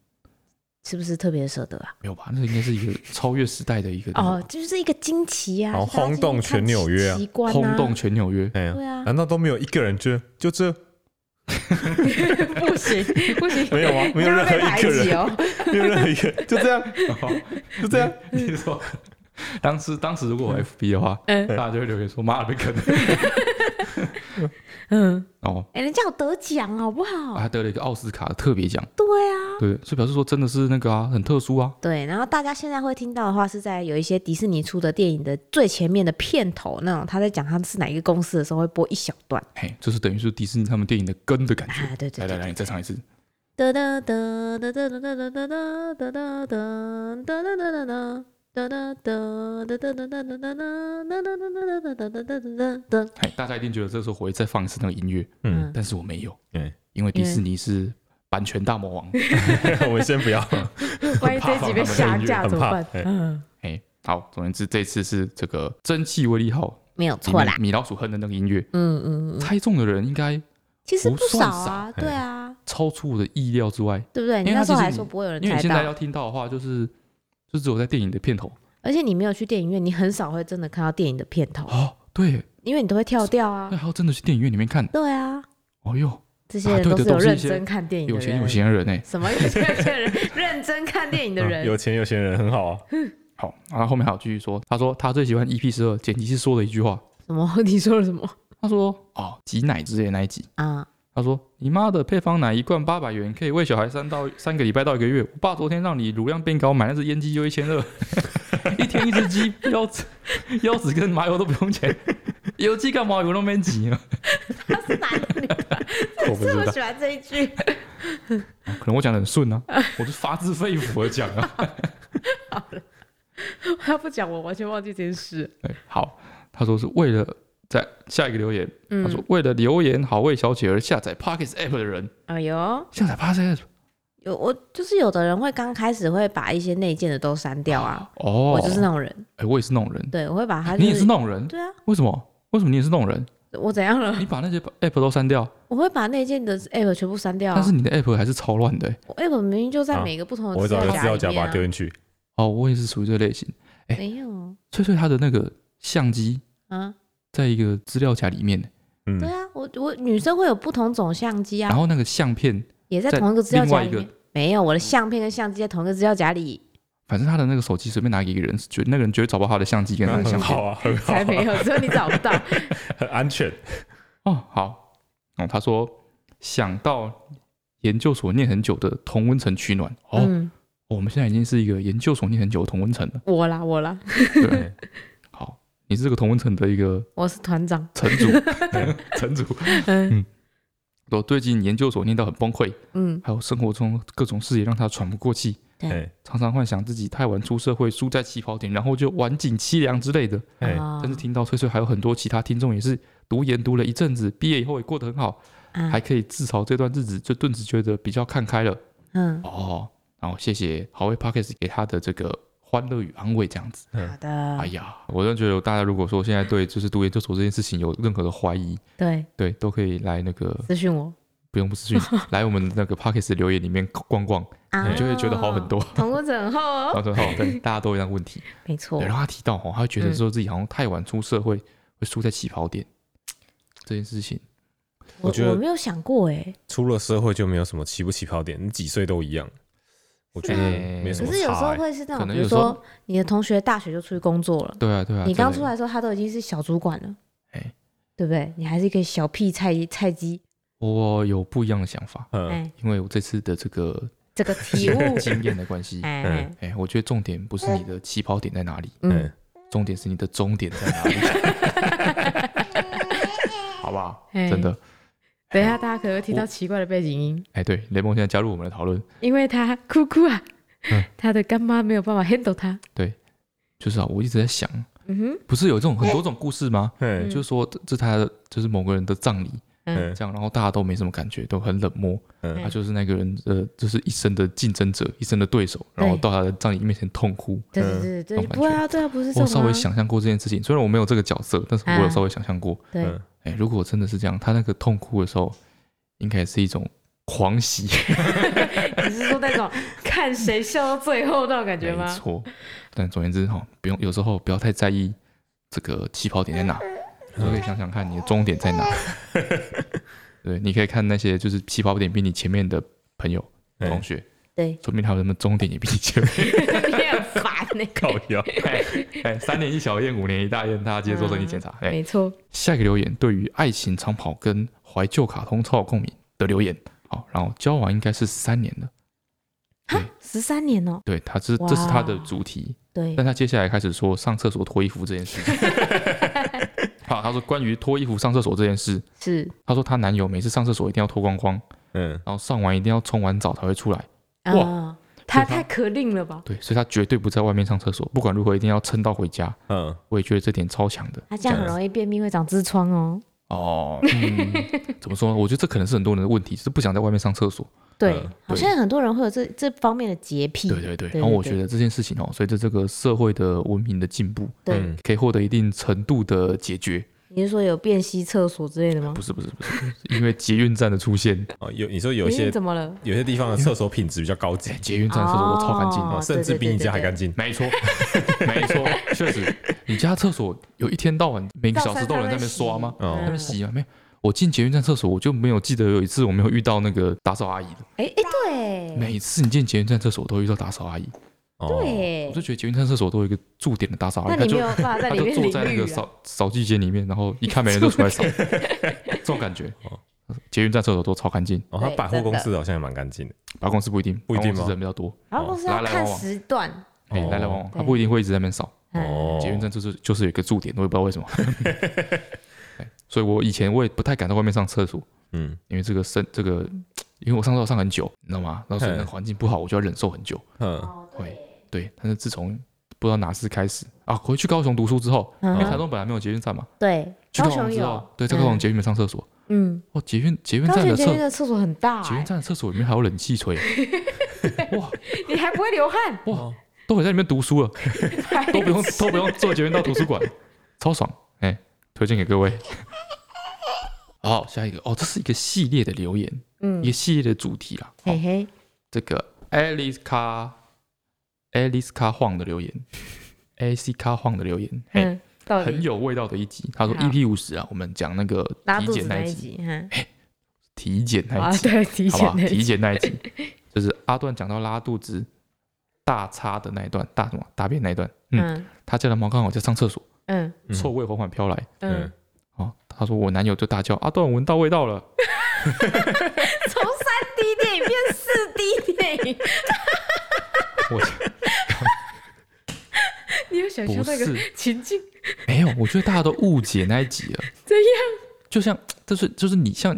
是不是特别舍得啊？没有吧？那应该是一个超越时代的一个哦，就是一个惊奇啊，然后就是大家轰动进去看全纽约啊奇观轰 (laughs) 动，全纽约。哎呀，对啊，难道都没有一个人觉得就这不行不行，没有啊？没有这样任何会被一个排挤人，哦。没有任何一个，就这样，就这样。嗯你说，当时当时如果有 FB 的话，嗯大家就会留言说妈的被坑了。嗯，哦，哎，人家有得奖好不好？还得了一个奥斯卡的特别奖，对啊。对，所以表示说真的是那个啊，很特殊啊。对，然后大家现在会听到的话，是在有一些迪士尼出的电影的最前面的片头那种，他在讲他是哪一个公司的时候，会播一小段。嘿，就是等于是迪士尼他们电影的根的感觉。啊， (laughs) 对对来来对，来，你再唱一次。哒哒哒哒哒哒哒哒哒哒哒哒哒哒哒哒。哒哒哒哒哒哒哒哒哒哒哒哒哒哒哒哒哒哒。嘿，大家一定觉得这时候我会再放一次那个音乐，嗯，但是我没有，对，因为迪士尼是版权大魔王。嗯哎 (laughs) 我们先不要，万一这一集被下架很怎么怕办？。哎嗯，嘿，好，总而言之，这次是这个蒸汽威力号没有里错面啦。米老鼠哼的那个音乐，嗯嗯，猜中的人应该其实不少啊，对啊，超出我的意料之外，对不对？你那时候还说不会有人因为你嗯猜现在到，要听到的话，就是就只有在电影的片头而且你没有去电影院，你很少会真的看到电影的片头，哦，对，因为你都会跳掉啊 (laughs) 那。还要真的去电影院里面看，对啊，哦哟，这些啊人对都的是有都是一认些真看电影的有钱人，有闲人哎、什么有 (laughs) 钱有钱人认真看电影的啊人，有钱有闲人很好啊，好，然后后面还有继续说，他说他最喜欢 EP 十二，剪辑师说的一句话，什么？你说了什么他说哦挤奶之类的那一集，啊？他说你妈的配方奶一罐八百元，可以喂小孩三到三个礼拜到一个月。我爸昨天让你乳量变高，买那只阉鸡就一千二， (laughs) 一天一只鸡，腰子腰子跟麻油都不用钱，油鸡干嘛油那么挤啊？ (laughs) 他是男的女的？ (laughs) 我不这知么道，喜欢这一句， (laughs) 可能我讲的很顺啊， (laughs) 我是发自肺腑的讲 (laughs) 啊。他不讲，我完全忘记这件事。对，哎好，他说是为了在下一个留言，他说嗯，为了留言好为小姐而下载 Pockets App 的人，哎呦，下载 Pockets App 有我就是有的人会刚开始会把一些内建的都删掉啊，哦，我就是那种人，哎，我也是那种人，对我会把它、就你也是那种人，对啊，为什么？为什么你也是那种人？我怎样了？你把那些 app 都删掉，我会把内建的 app 全部删掉、啊但是，你的 app 还是超乱的欸、我 app 明明就在啊每个不同我会的找一个资料哦夹夹里把面它啊丢，进去，哦，我也是属于这类型。哎没有翠翠她的那个相机啊，在一个资料夹里面，嗯对，啊，我我女生会有不同种相机啊然，后那个相片，也在在同一个资料另外夹一里个面。没有，我的相片跟相机在同一个资料夹 (laughs) 里。反正她的那个手机随便拿给一个人，绝那个人绝对找不到她的相机跟她的相很片。好啊，很好才没啊，有，只有你找不到。很安全。哦，好，哦，她说想到研究所念很久的同温层取暖，哦， (laughs) 嗯，我们现在已经是一个研究所念很久的同温层了。我啦我啦，对，好，你是这个同温层的一个我是团长。城 (laughs) 主，城主，嗯，我最近研究所念到很崩溃，嗯，还有生活中各种事也让他喘不过气，哎常常幻想自己太晚出社会，输在起跑点，然后就晚景凄凉之类的。哎，哦但是听到翠翠还有很多其他听众也是读研读了一阵子，毕业以后也过得很好，啊还可以自嘲这段日子，就顿时觉得比较看开了嗯，哦。然后谢谢好味 Pockets 给他的这个欢乐与安慰，这样子。好的哎，呀，我真的觉得大家如果说现在对就是读研究所这件事情有任何的怀疑，对，对，都可以来那个私讯我不用不是去来我们那个 Pockets 留言里面逛逛，啊，哎你就会觉得好很多。同温层很厚 (laughs) 哦，然后后对，大家都有一样的问题。没错嗯对，，然后他提到哦，他会觉得说自己好像太晚出社会，会输在起跑点这件事情。我我觉得我没有想过哎，出了社会就没有什么起不起跑点，你几岁都一样。我觉得哎没什可么是有时差候哎。会是那可种，能比如有时候说你的同学大学就出去工作了，对啊，对啊。你刚真的出来，的时候他都已经是小主管了，哎对不对？你还是一个小屁菜菜鸡，我有不一样的想法，嗯，哎，因为我这次的这个，这个体悟 (laughs) 经验的关系。哎嗯哎，哎，我觉得重点不是你的起跑点在哪里，嗯，嗯，重点是你的终点在哪里， (laughs) 好不好？哎真的，等一下大家可能会听到奇怪的背景音，哎，对，雷蒙现在加入我们的讨论，因为他哭哭啊，他的干妈没有办法 handle 他。就是啊，我一直在想，嗯哼，不是有这种很多种故事吗？嗯就是说，这这是他的就是某个人的葬礼，嗯嗯这样，然后大家都没什么感觉，都很冷漠。嗯他就是那个人，呃，就是一生的竞争者，一生的对手，然后对到他的葬礼面前痛哭。对对对这对，种感不会啊，对啊，不是这我种稍微啊，想象过这件事情，虽然我没有这个角色，但是我有啊稍微想象过。对，嗯哎、如果真的是这样，他那个痛哭的时候，应该是一种狂喜，你是说那种看谁笑到最后那种感觉没吗？错。但总而言之哈，不用有时候不要太在意这个起跑点在哪，你就可以想想看你的终点在哪。对，你可以看那些就是起跑点比你前面的朋友、嗯同学，对，说明他们的终点也比你前面你很烦呢、高呀。哎、哎三年一小验，五年一大验，大家接受身体检查。嗯哎、没错，下一个留言对于爱情长跑跟怀旧卡通超有共鸣的留言。好，然后交往应该是三年了，十三年哦，对他这哇这是他的主题，对但，他接下来开始说上厕所脱衣服这件事情。好，他说关于脱衣服上厕所这件事，是他说她男友每次上厕所一定要脱光光，嗯然后上完一定要冲完澡才会出来，哇啊，他太可令了吧？对，所以他绝对不在外面上厕所，不管如何一定要撑到回家。嗯，我也觉得这点超强的他这样很容易便秘，会长痔疮哦。哦。嗯， (laughs) 怎么说呢？我觉得这可能是很多人的问题，就是不想在外面上厕所。对嗯，好像很多人会有这这方面的洁癖。对对对，嗯对然后我对觉得这件事情哦，随着这个社会的文明的进步，对嗯可以获得一定程度的解决。你是说有便携厕所之类的吗不？是不是不是，因为捷运站的出 (laughs) 现，哦，有你说有一你些怎么了？有些地方的厕所品质比较高级哎，捷运站的厕所都超干净的。哦甚至比你家还干净。没错， (laughs) 没错，确实，你家厕所有一天到晚每个小时都有人在那边刷吗？哦在嗯那边洗吗？没有。我进捷运站厕所，我就没有记得有一次我没有遇到那个打扫阿姨的。哎哎，对，每次你进捷运站厕所，都会遇到打扫阿姨。哦，我对就，觉得捷运站厕所都有一个驻点的打扫那阿姨，她你就没有办法在 (laughs) 他里就面坐在那淋个浴啊？扫扫地间里面，然后一看没人就出来扫， (laughs) 这种感觉。捷运站厕所都超干净，哦，他对百货真的公司好像也蛮干净的，办公室不一定，不一定办公室吗人比较多，然后公司哦来要来看往往，时段。哎，哦来来往往，他对不一定会一直在那边扫。嗯哦，捷运站就是就是有一个驻点，我也不知道为什么。 (laughs) 哎所以我以前我也不太敢在外面上厕所，嗯因为这个生这个，因为我上厕所上很久，你知道吗？然后所以那个嗯环境不好，我就要忍受很久。嗯哦会对，但是自从不知道哪次开始啊，回去高雄读书之后，嗯因为哼台中本来没有捷运站嘛，对，去高高雄雄之有后，，对，在高雄捷运站上厕所，嗯，哦，捷运捷运高站雄的捷厕运的厕所很大捷运欸，站的厕所里面还有冷气 (laughs) 吹，啊哇你还不会流汗？哇，都可以在里面读 (laughs) 书了， (laughs) 都不用都不用坐捷运到图书馆， (laughs) 超爽，哎、推荐给各位。 (laughs) 好，下一个哦，这是一个系列的留言，嗯一个，系列的主题啦。好嘿嘿，这个 Alice 卡 Alice 卡晃的留 (laughs) 言，AC 卡晃的留言，嘿嗯，到很底有味道的一集。他说好 EP 五十啊，我们讲那个拉体肚检子那那一一集，集，哈，体检那啊一？集，对，体好不检好？那体一集检那一集，就是阿段讲到拉肚子大叉的那一段，大什么大便那一段，嗯，嗯他家的猫刚好在上厕所，嗯嗯臭味缓缓飘来，嗯，哦，他说我男友就大叫阿段，我闻到味道了， (laughs) 从三 D 电影变四 D 电影，我你有想象不那个是，情境？没有，我觉得大家都误解那一集了，怎样？就像就是就是你像。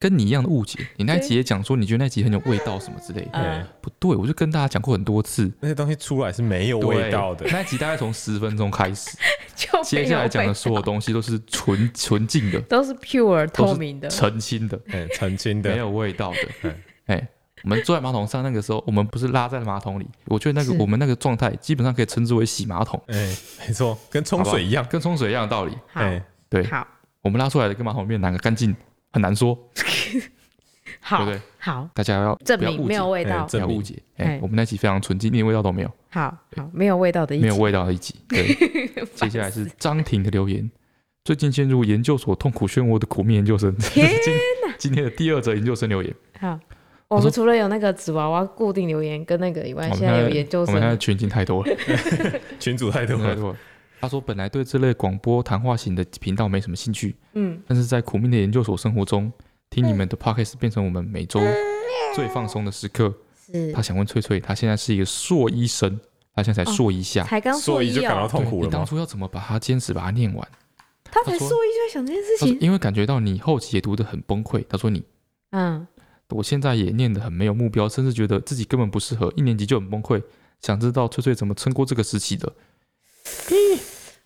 跟你一样的误解，你那一集也讲说你觉得那集很有味道什么之类的，嗯对，不对，我就跟大家讲过很多次，那些东西出来是没有味道的对，那一集大概从十分钟开始，就 (laughs) 没有接下来讲的味所有东西都是纯纯净的、都是 pure 都是透明的，澄清的，嗯，澄清没的，有味道的 (laughs) 对。哎，我们坐在马桶上那个时候，我们不是拉在马桶里，我觉得那个是我们那个状态基本上可以称之为洗马桶，哎，没错，跟好冲不好水一样，跟冲水一样的道理。好哎，对，好我们拉出来的跟马桶里面哪个干净很难说，对好不对？好，大家要证不要明误没解有？味哎道，不证要明误解，哎哎，我们那集非常纯净，一点味道都没有，好好没有味道的一没有集。味道的 (laughs) 一集。对，接下来是张婷的留言。最近陷入研究所痛苦漩涡的苦命研究生， (laughs) 今天今天的第二则研究生留言，好，我我说们除了有那个纸娃娃固定留言跟那个以我外，们现在有研究我们现在生，群已经太多了，群主太多太了，多了。他说本来对这类广播谈话型的频道没什么兴趣，嗯，但是在苦命的研究所生活中，听你们的 podcast 变成我们每周最放松的时刻。是他想问翠翠，他现在是一个硕一生，他现在才硕一下，才刚硕所以就感到哦，痛苦对了你当吗？初要怎么把它坚持把它念完？他才他硕一说就在想这件事他说情，因为感觉到你后期也读得很崩溃，他说你嗯，我现在也念得很没有目标，甚至觉得自己根本不适合，一年级就很崩溃。想知道翠翠怎么撑过这个时期的？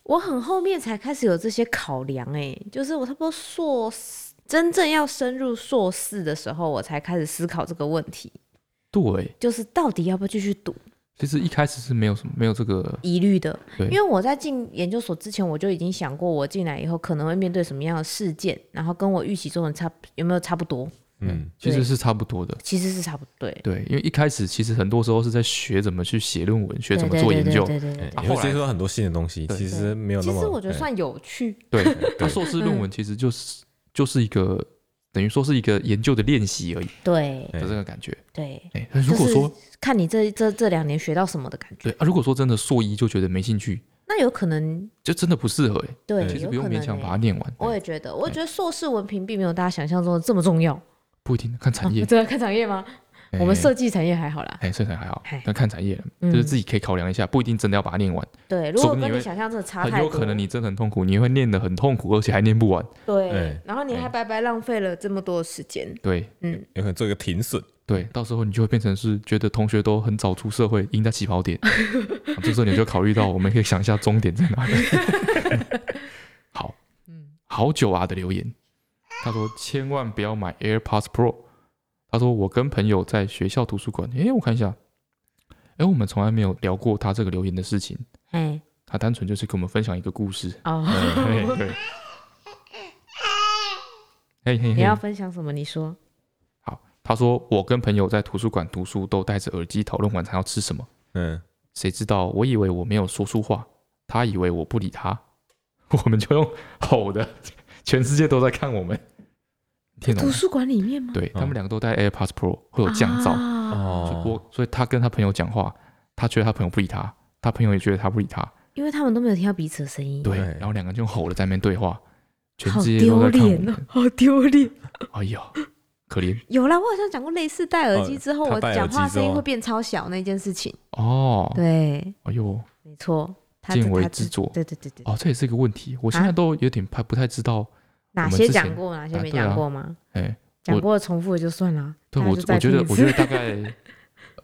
我很后面才开始有这些考量、欸，哎，就是我差不多硕士真正要深入硕士的时候，我才开始思考这个问题，对，就是到底要不要继续读其实一开始是没有什么没有这个，疑虑的。对因为我在进研究所之前，我就已经想过，我进来以后可能会面对什么样的事件，然后跟我预期中的差有没有差不多，嗯，其实对是差不多的。其实是差不多。对，对，因为一开始其实很多时候是在学怎么去写论文，学怎么对做对研对究。哎对对对对你会接触到很多新的东西，对其实没有那其么。实我觉得哎算有趣，对， (laughs) 他硕士嗯论文其实就是就是一个等于说是一个研究的练习而已对对的这个感觉。对，哎，那哎如果就是说看你这这这两年学到什么的感觉对，啊，如果说真的硕一就觉得没兴趣，那有可能就真的不适合哎。对，其实有不用可勉能强把哎它欸念完，我也觉得，我觉得硕士文凭并没有大家想象中的这么重要。不一定看 (laughs) 产业这。个看产业吗？哎我们设计产业还好啦，哎，这才还好哎，但看产业了，就嗯是自己可以考量一下，不一定真的要把它念完，对，如说果不定跟你你会想象真的差太多，很有可能你真的很痛苦，你会念得很痛苦，而且还念不完。对哎，然后你还哎白白浪费了这么多的时间。对嗯，有可能做一个停损，对，到时候你就会变成是觉得同学都很早出社会，赢在起跑点，啊这时候你就考虑到，我们可以想一下终点在哪里。好，好久啊的留言，他说千万不要买 AirPods Pro。他说我跟朋友在学校图书馆，诶，我看一下，诶，我们从来没有聊过他这个留言的事情，哎，他单纯就是跟我们分享一个故事。哦，嘿对，嘿嘿你要嘿，分享什么？你说。他说我跟朋友在图书馆读书，都戴着耳机讨论晚餐要吃什么。嗯，谁知道我以为我没有说出话，他以为我不理他， (laughs) 我们就用吼的，全世界都在看我们，听懂图吗？书馆里面吗？嗯对他嗯们两个都戴 AirPods Pro，会有降噪。啊，所以哦，我所以他跟他朋友讲话，他觉得他朋友不理他，他朋友也觉得他不理他，因为他们都没有听到彼此的声音，对对，然后两个人就用吼的在那边对话，全好世界都丢在看我脸们哦，，好丢脸。哎呀，可怜有啦，我好像讲过类似戴耳机之后，哦他我戴耳讲机话之声音后会变超小那件事情。啊哦，对，哎呦，没错，他见微他知著对对对对，哦，这也是一个问题，我现啊在都有点怕，不太知道，哪我们些之前讲过，哪些啊没对啊讲过吗？哎，讲我过重复的就算了。大对家我就我再觉听得一我次觉得大概，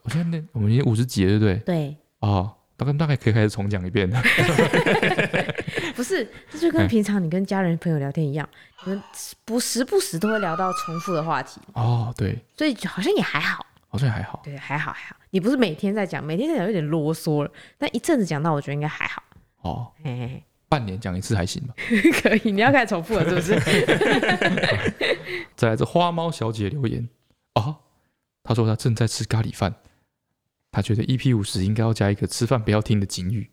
我现在那我们已经五十几了，对不对？ (laughs) 对，哦，大概大概可以开始重讲一遍了。 (laughs) 不是，这就跟哎平常你跟家人朋友聊天一样，你们不时不时都会聊到重复的话题，哦，对，所以好像也还好，好像还好。对，还好还好。你不是每天在讲，每天在讲有点啰嗦了，但一阵子讲到，我觉得应该还好。哦，嘿嘿半年讲一次还行吧。嘿，可以，你要开始重复了，是不是？ (laughs) 再来这花猫小姐留言哦，她说她正在吃咖喱饭，她觉得 EP 五十应该要加一个吃饭不要听的警语。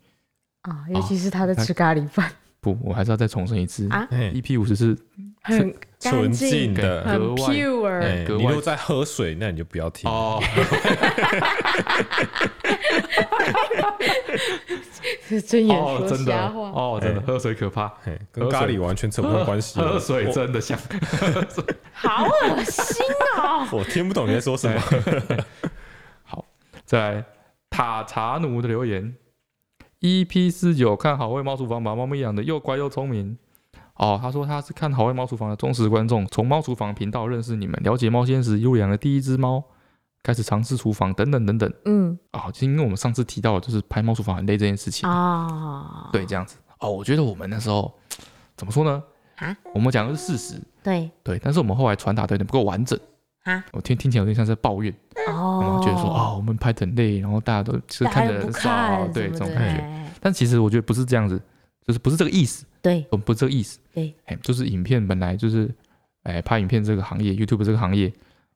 啊，尤其是他在吃咖喱饭，不，我还是要再重申一次。啊哎 EP 五十是 (laughs) 很干纯净净，对的。很格外 pure。哎，格你外如果在喝水，那你就不要听。哦，睁眼哦， (laughs) 说真瞎的，话，哦，真的，哎喝水可怕，嘿，跟咖喱完全扯不上关系。喝水我真的像。好恶心哦！我听不懂你在说什么。再来塔查奴的留言，EP 四九看好味猫厨房把猫咪养的又乖又聪明。哦，他说他是看好味猫厨房的忠实观众，从猫厨房频道认识你们，了解猫先时又养了第一只猫，开始尝试厨房等等等等。 (laughs) 嗯啊、就因为我们上次提到就是拍猫厨房很累这件事情，哦，对，这样子。哦，我觉得我们那时候怎么说呢？啊，我们讲的是事实，对对，但是我们后来传达的有点不够完整。啊，我听听起来有点像在抱怨，然哦后，觉得说哦，我们拍得很累，然后大家都就是大家看都的不很看少，什对这么种的，感觉。哎但其实我觉得不是这样子，就是不是这个意思，哦对我们不是这个意思。对，哎，就是影片本来就是，哎，拍影片这个行业，YouTube 这个行业，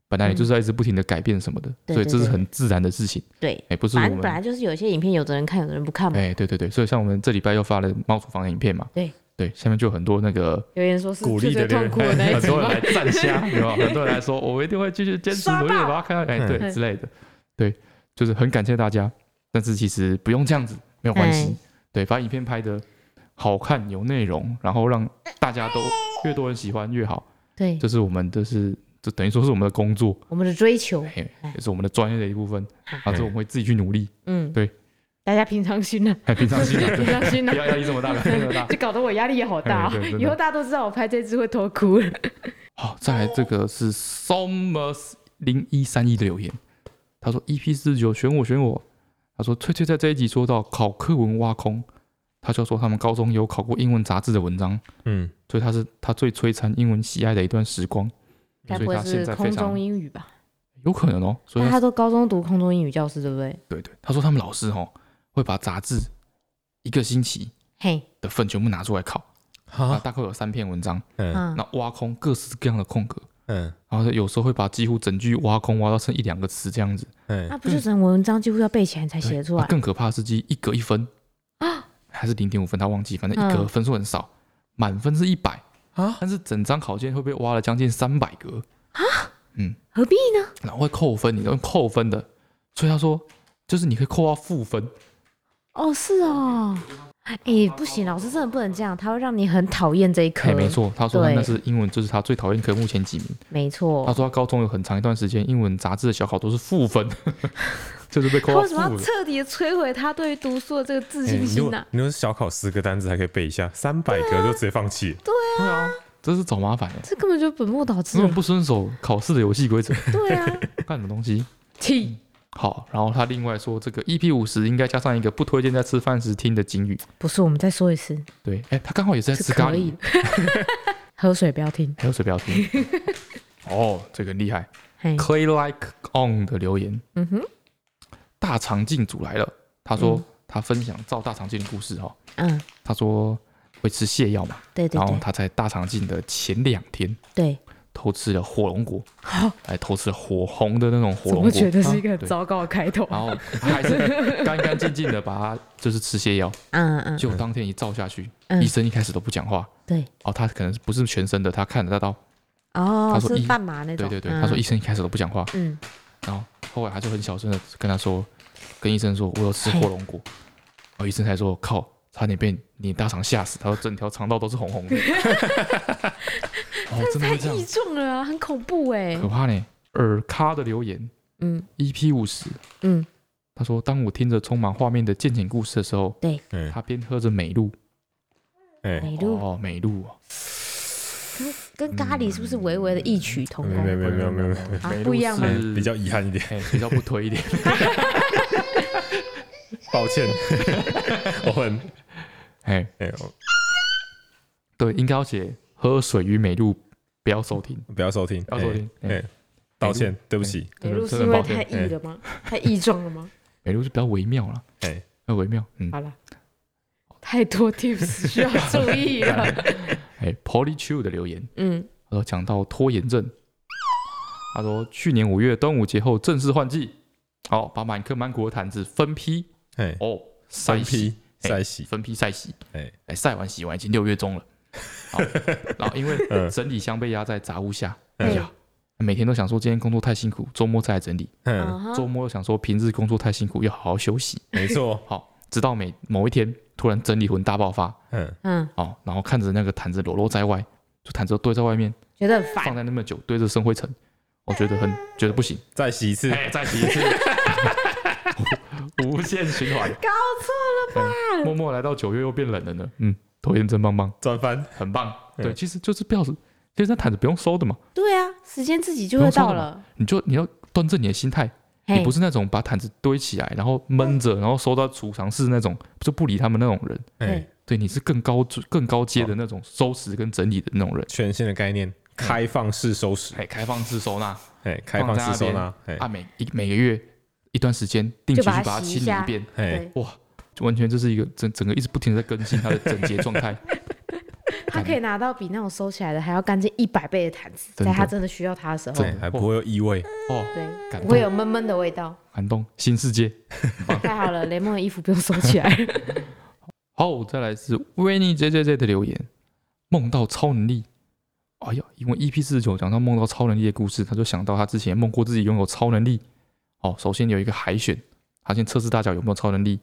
本来也就是在一直不停的改变什么的，嗯对所以对这是对很自然的事情。对，哎，不是我反正们本来就是有些影片，有的人看，有的人不看嘛。哎，对对对，所以像我们这礼拜又发了猫厨房的影片嘛，对对，下面就有很多那个留言说是鼓最励最的留痛言苦 (laughs) 的那一哎很集多吗人来 (laughs) 站下，有没有很多人来说，我一定会继续坚持努力地把它看完，哎，对嗯之类的，对，就是很感谢大家。但是其实不用这样子，没有关系哎，对，把影片拍的好看、有内容，然后让大家都越多人喜欢越好，对哎这是我们就是这等于说是我们的工作，我们的追求，嘿，哎也是我们的专业的一部分，啊，这我们会自己去努力，嗯，对，大家平常心啊，嘿平常心啊，平常心不啊，要压 (laughs) 力这么大，不要压力这么大。哎就搞得我压力也好大哦对对。真的以后大家都知道我拍这支会偷哭了。好，再来这个是 Somers 零一三一的留言，他说 EP 四十九选我选我，他说翠翠在这一集说到考课文挖空，他就说他们高中有考过英文杂志的文章，嗯，所以他是他最摧残英文喜爱的一段时光，该所不会以他现是在非空常中英语吧？有可能哦，所以那他他都高中读空中英语教室，对不对？对对，他说他们老师哦会把杂志一个星期嘿，的份全部拿出来考，啊，好，大概有三篇文章，嗯啊嗯，那挖空各式各样的空格，嗯然后有时候会把几乎整句挖空，挖到剩一两个词这样子。嗯那不就整文章几乎要背起来才写得出啊来？啊更可怕的是，一格一分还是零点五分，他忘记，反正一格嗯分数很少，满分是一百啊，但是整张考卷会被挖了将近三百格，何必呢？然后会扣分，你都用扣分的，所以他说就是你可以扣到负分，哦，是哦，哎、不行，老师真的不能这样，他会让你很讨厌这一科。哎，没，错，他说他对哦那是英文，就是他最讨厌科目前几名。没他错。说他高中有很长一段时间，英文杂志的小考都是负分， (laughs) 就是被扣他到为什么负要分。彻底的摧毁他对于读书的这个自哎信你如心呢、果你如果小考十个单字还可以背一下，三百个就直接放弃。对啊，这是找麻烦的， (laughs) 这根本就本末倒置啊根本了。不遵守考试的游戏规则，对 (laughs) 啊，干什么东西？气好，然后他另外说，这个 EP 五十应该加上一个不推荐在吃饭时听的警语。不是，我们再说一次，对，哎，他刚好也是在吃是咖可喱以，。 (laughs) 喝水不要听，还有水不要听。 (laughs) 哦，这个很厉害。嘿， Clay Like On 的留言，嗯哼，大肠镜组来了。他说嗯他分享照大肠镜的故事哦。嗯，他说会吃泻药嘛，对对然后对他在大肠镜的前两天对，偷吃了火龙果，哎，偷吃了火红的那种火怎龙么觉果，啊得是一个很对糟糕的开头？然后他还是干干净净的把它就是吃泻药。嗯嗯结果当天一照下去，嗯医生一开始都不讲话。对，哦，他可能不是全身的，他看得到。哦他，说一是半麻那种，对嗯对对，嗯他说医一，生一开始都不讲话，嗯，然后后来他就很小声的跟他说，跟医生说，我有吃火龙果。然后医生才说，靠，差点被你大肠吓死。他说整条肠道都是红 (laughs) 红的。哦，真的太会这异样，状了啊，很恐怖哎。可怕呢。尔咖的留言欸嗯，EP 五十，嗯，他说，当我听着充满画面的见景故事的时候，嗯，他边喝着美露，哎，美露、哦，美露哦，跟咖喱是不是微微的异曲同工？没有没有没有没有啊哦美不露一样吗是比较遗憾一点，哎比较不推一点。 (laughs) 抱歉， (laughs) 我很哎，哎，我对，应该要写喝水与美露，不要收听，不要收听，不要收哎听。哎哎道歉，对不起，美真露的是真的因很为抱太歉。哎异了吗？太异状了吗？美露是比较微妙了，哎，呃，微妙。嗯，好了，太多 tips 需要注意了。 (laughs) 哎，Polly Chu 的留言，嗯，他说讲到拖延症，他说去年五月端午节后正式换季，好，把满坑满谷的毯子分批哎，哦晒三洗，批再洗，分批晒洗，哎哎，晒完洗完已经六月中了，好，然后因为嗯整理箱被压在杂物下，哎嗯呀。每天都想说今天工作太辛苦，周末再来整理。嗯，哦啊周哈末又想说平日工作太辛苦，要好好休息。没错，好，直到每某一天突然整理魂大爆发，嗯，嗯，哦，然后看着那个毯子裸露在外，就毯子都堆在外面，觉得很放烦。在那么久，堆着生灰尘，我觉得很觉得不行，再洗一次，哎，再洗一次，无无限循环，搞错了吧？默默来到九月又变冷了呢，嗯，拖延症棒棒，转翻，很棒，嗯对，其实就是不要，其实那毯子不用收的嘛，对啊，时间自己就会到了。你就你要端正你的心态，嘿你不是那种把毯子堆起来，然后闷着，然后收到储藏室那种，就不理他们那种人。哎，对，你是更高更高阶的那种收拾跟整理的那种人。全新的概念，开放式收拾，哎，开放式收纳哎，开放式收纳，哎啊，每一每个月一段时间定期就去把把它它洗一清理下一遍，哎，对，哇，就完全就是一个整整个一直不停的在更新它的整洁状 (laughs) 态。他可以拿到比那种收起来的还要干净一百倍的毯子，真的在他真的需要它的时候，真哎还不会有异味，哦，对，感不会有动闷闷的味道。感动，新世界。太好了，雷梦的衣服不用收 (laughs) 起来。好，再来是维尼 J J J 的留言，梦到超能力。哎呀，因为 EP 四十九讲到梦到超能力的故事，他就想到他之前梦过自己拥有超能力。哦，首先有一个海选，他先测试大家有没有超能力。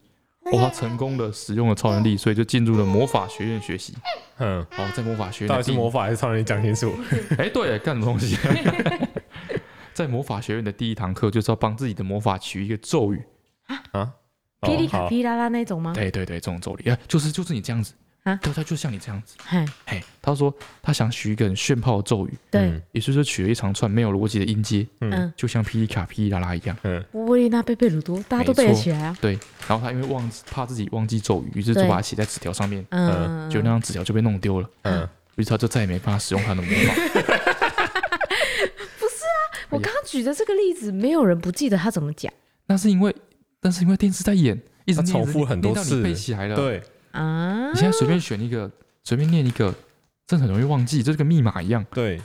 哦，他成功的使用了超能力，所以就进入了魔法学院学习。嗯，哦，在魔法学院到的底是第魔法还是超能力？讲 (laughs) 清楚。哎，对，干什么东西？ (laughs) 在魔法学院的第一堂课就是要帮自己的魔法取一个咒语。哦噼里好卡噼啦啦那种吗？对对对，这种咒语，哎，就是就是你这样子啊对，他就像你这样子。嗨，嘿，他说他想取一个很炫炮的咒语，对，也就是说取了一长串没有逻辑的音阶，嗯，就像噼里卡噼里啦啦一样。嗯乌波丽娜贝贝鲁多，大家都背得起来啊。对，然后他因为忘记怕自己忘记咒语，于是就对把它写在纸条上面，嗯，就那张纸条就被弄丢了，嗯，于是他就再也没办法使用他的魔法。 (laughs) 我刚刚举的这个例子，没有人不记得他怎么讲那是因为，但是因为电视在演，一直他念重复很多念到次你背起来了。，对，啊你。现在随便选一个，随便念一个，真的很容易忘记，这就跟密码一样。对，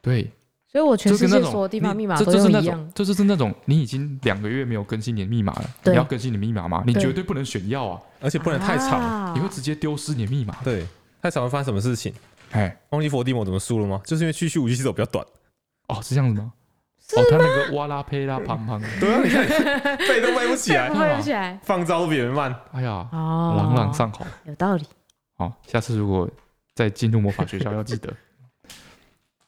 对，所以我全就世跟那界种所有地方你密码这都就是用那一种样，，这就是那种你已经两个月没有更新你的密码了，你对要更新你的密码吗？你对绝对不能选要啊，而且不能太长，啊你会直接丢失你的密码。对，太长会发生什么事情？哎，忘记伏地魔怎么输了吗？就是因为区区武器手比较短。哦，是这样子吗？哦，他那个哇啦呸啦胖胖的，对啊，(laughs) 你看背都背不起来不，会用起来。放招都比人慢。哎呀，哦，朗朗上口。有道理，好，下次如果再进入魔法学校，要记得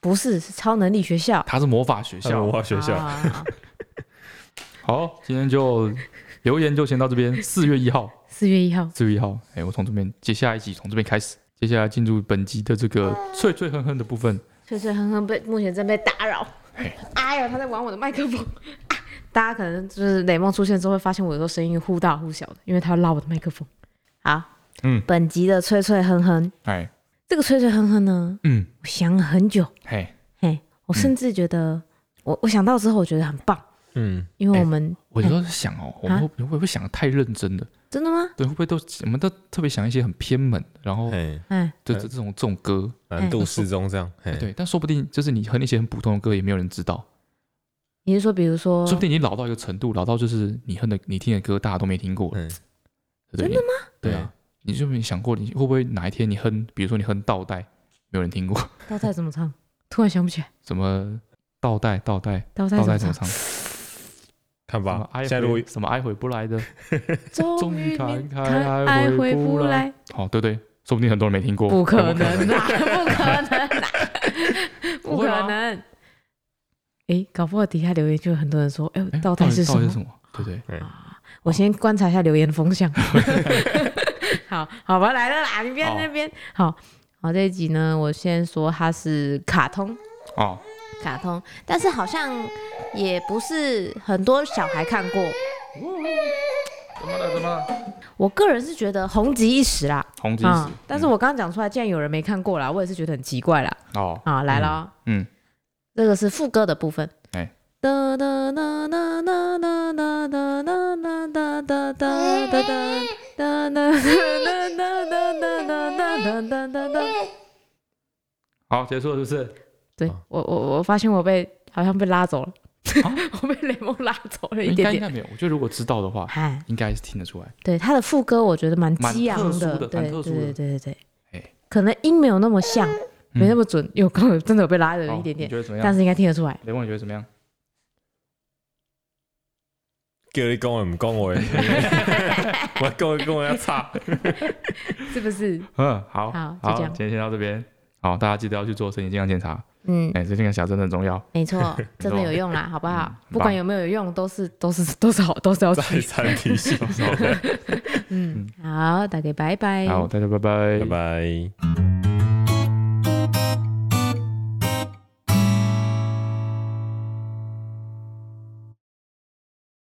不是是超能力学校， (laughs) 他是魔法学像校文。化学校，啊好，今天就留言就先到这边。四月一号，四月一 (laughs) 号，四月一号，哎，我从这边接下一集从这边开始，接下来进入本集的这个哦脆脆哼哼的部分。脆脆哼哼被目前正被打扰嘿。 (laughs) 哎呦，他在玩我的麦克风。啊大家可能就是雷梦出现之后，会发现我有时候声音忽大忽小的，因为他要拉我的麦克风。好，嗯本集的脆脆哼哼，哎，这个脆脆哼哼呢，嗯，我想了很久，嘿，嘿，我嗯甚至觉得，我我想到之后，我觉得很棒，嗯，因为哎我们、我有时候在想哦，我们啊会会不会想的太认真了？真的吗？对，会不会都我们都特别想一些很偏门，然后哎，哎，就这这种这种歌，难度适中这样，哎，对，但说不定就是你哼一些很普通的歌，也没有人知道，你是说，比如说说，不定你老到一个程度，老到就是你哼的你听的歌大家都没听过了，嗯，对不对真的吗？对啊，你就没想过你会不会哪一天你哼，比如说你哼倒带，没有人听过， (laughs) 倒带怎么唱？突然想不起来，什么倒带倒带倒带倒怎带么怎么唱？唱？看什么吧，哀现在如果回什么哀回不来的，终于于看明开看爱爱回回不不来来。哦，对对，说不定很多人没听过，不可有没有能啦，啊 (laughs) 不可能啦，不可能。诶，搞不好底下留言就有很多人说：“哎、哎倒带是什到底么是什么？对不对？？”我先观察一下留言的风 (laughs) 向。好好吧，来了啦，你别好在那边。好好，这一集呢，我先说它是卡通，哦，卡通，但是好像也不是很多小孩看过。怎么了？怎么了？我个人是觉得红极一时啦，红金啊、石。但是我刚刚讲出来，竟然有人没看过啦，我也是觉得很奇怪啦。哦，啊，来了哦、嗯，这个是副歌的部分。哎哒哒哒哒哒哒哒哒哒哒哒哒哒哒哒哒哒哒哒哒哒哒哒哒哒。好，结束了是不对我我我发现我被好像被拉走了，啊 (laughs) 我被雷蒙拉走了是？一应该点应点。该没有。我觉得如果知道的话， (laughs) 哎，应该是听得出来。对他的副歌我觉得蛮激昂蛮特殊的对对蛮特对殊的对对对哎，可能音没有那么像，没那么准，因为我刚刚 (laughs) 真的有被拉了好一点哦你点，觉得怎么但样？是应该听得出来。雷梦，你觉得怎么样？叫你讲我唔讲我 (laughs) 的，(laughs) 我讲的讲我要差， (laughs) 是不是？嗯，好，好就好，这样今天先到这边。好，大家记得要去做身体健康检查。嗯，哎，身体健康检查真的很重要。没 (laughs) 错，真的有用啦，好不好嗯？不管有没有用，都是都是都是好，都 (laughs) 是要再去。三提醒，嗯，好，大家拜拜。好，大家拜拜，拜拜。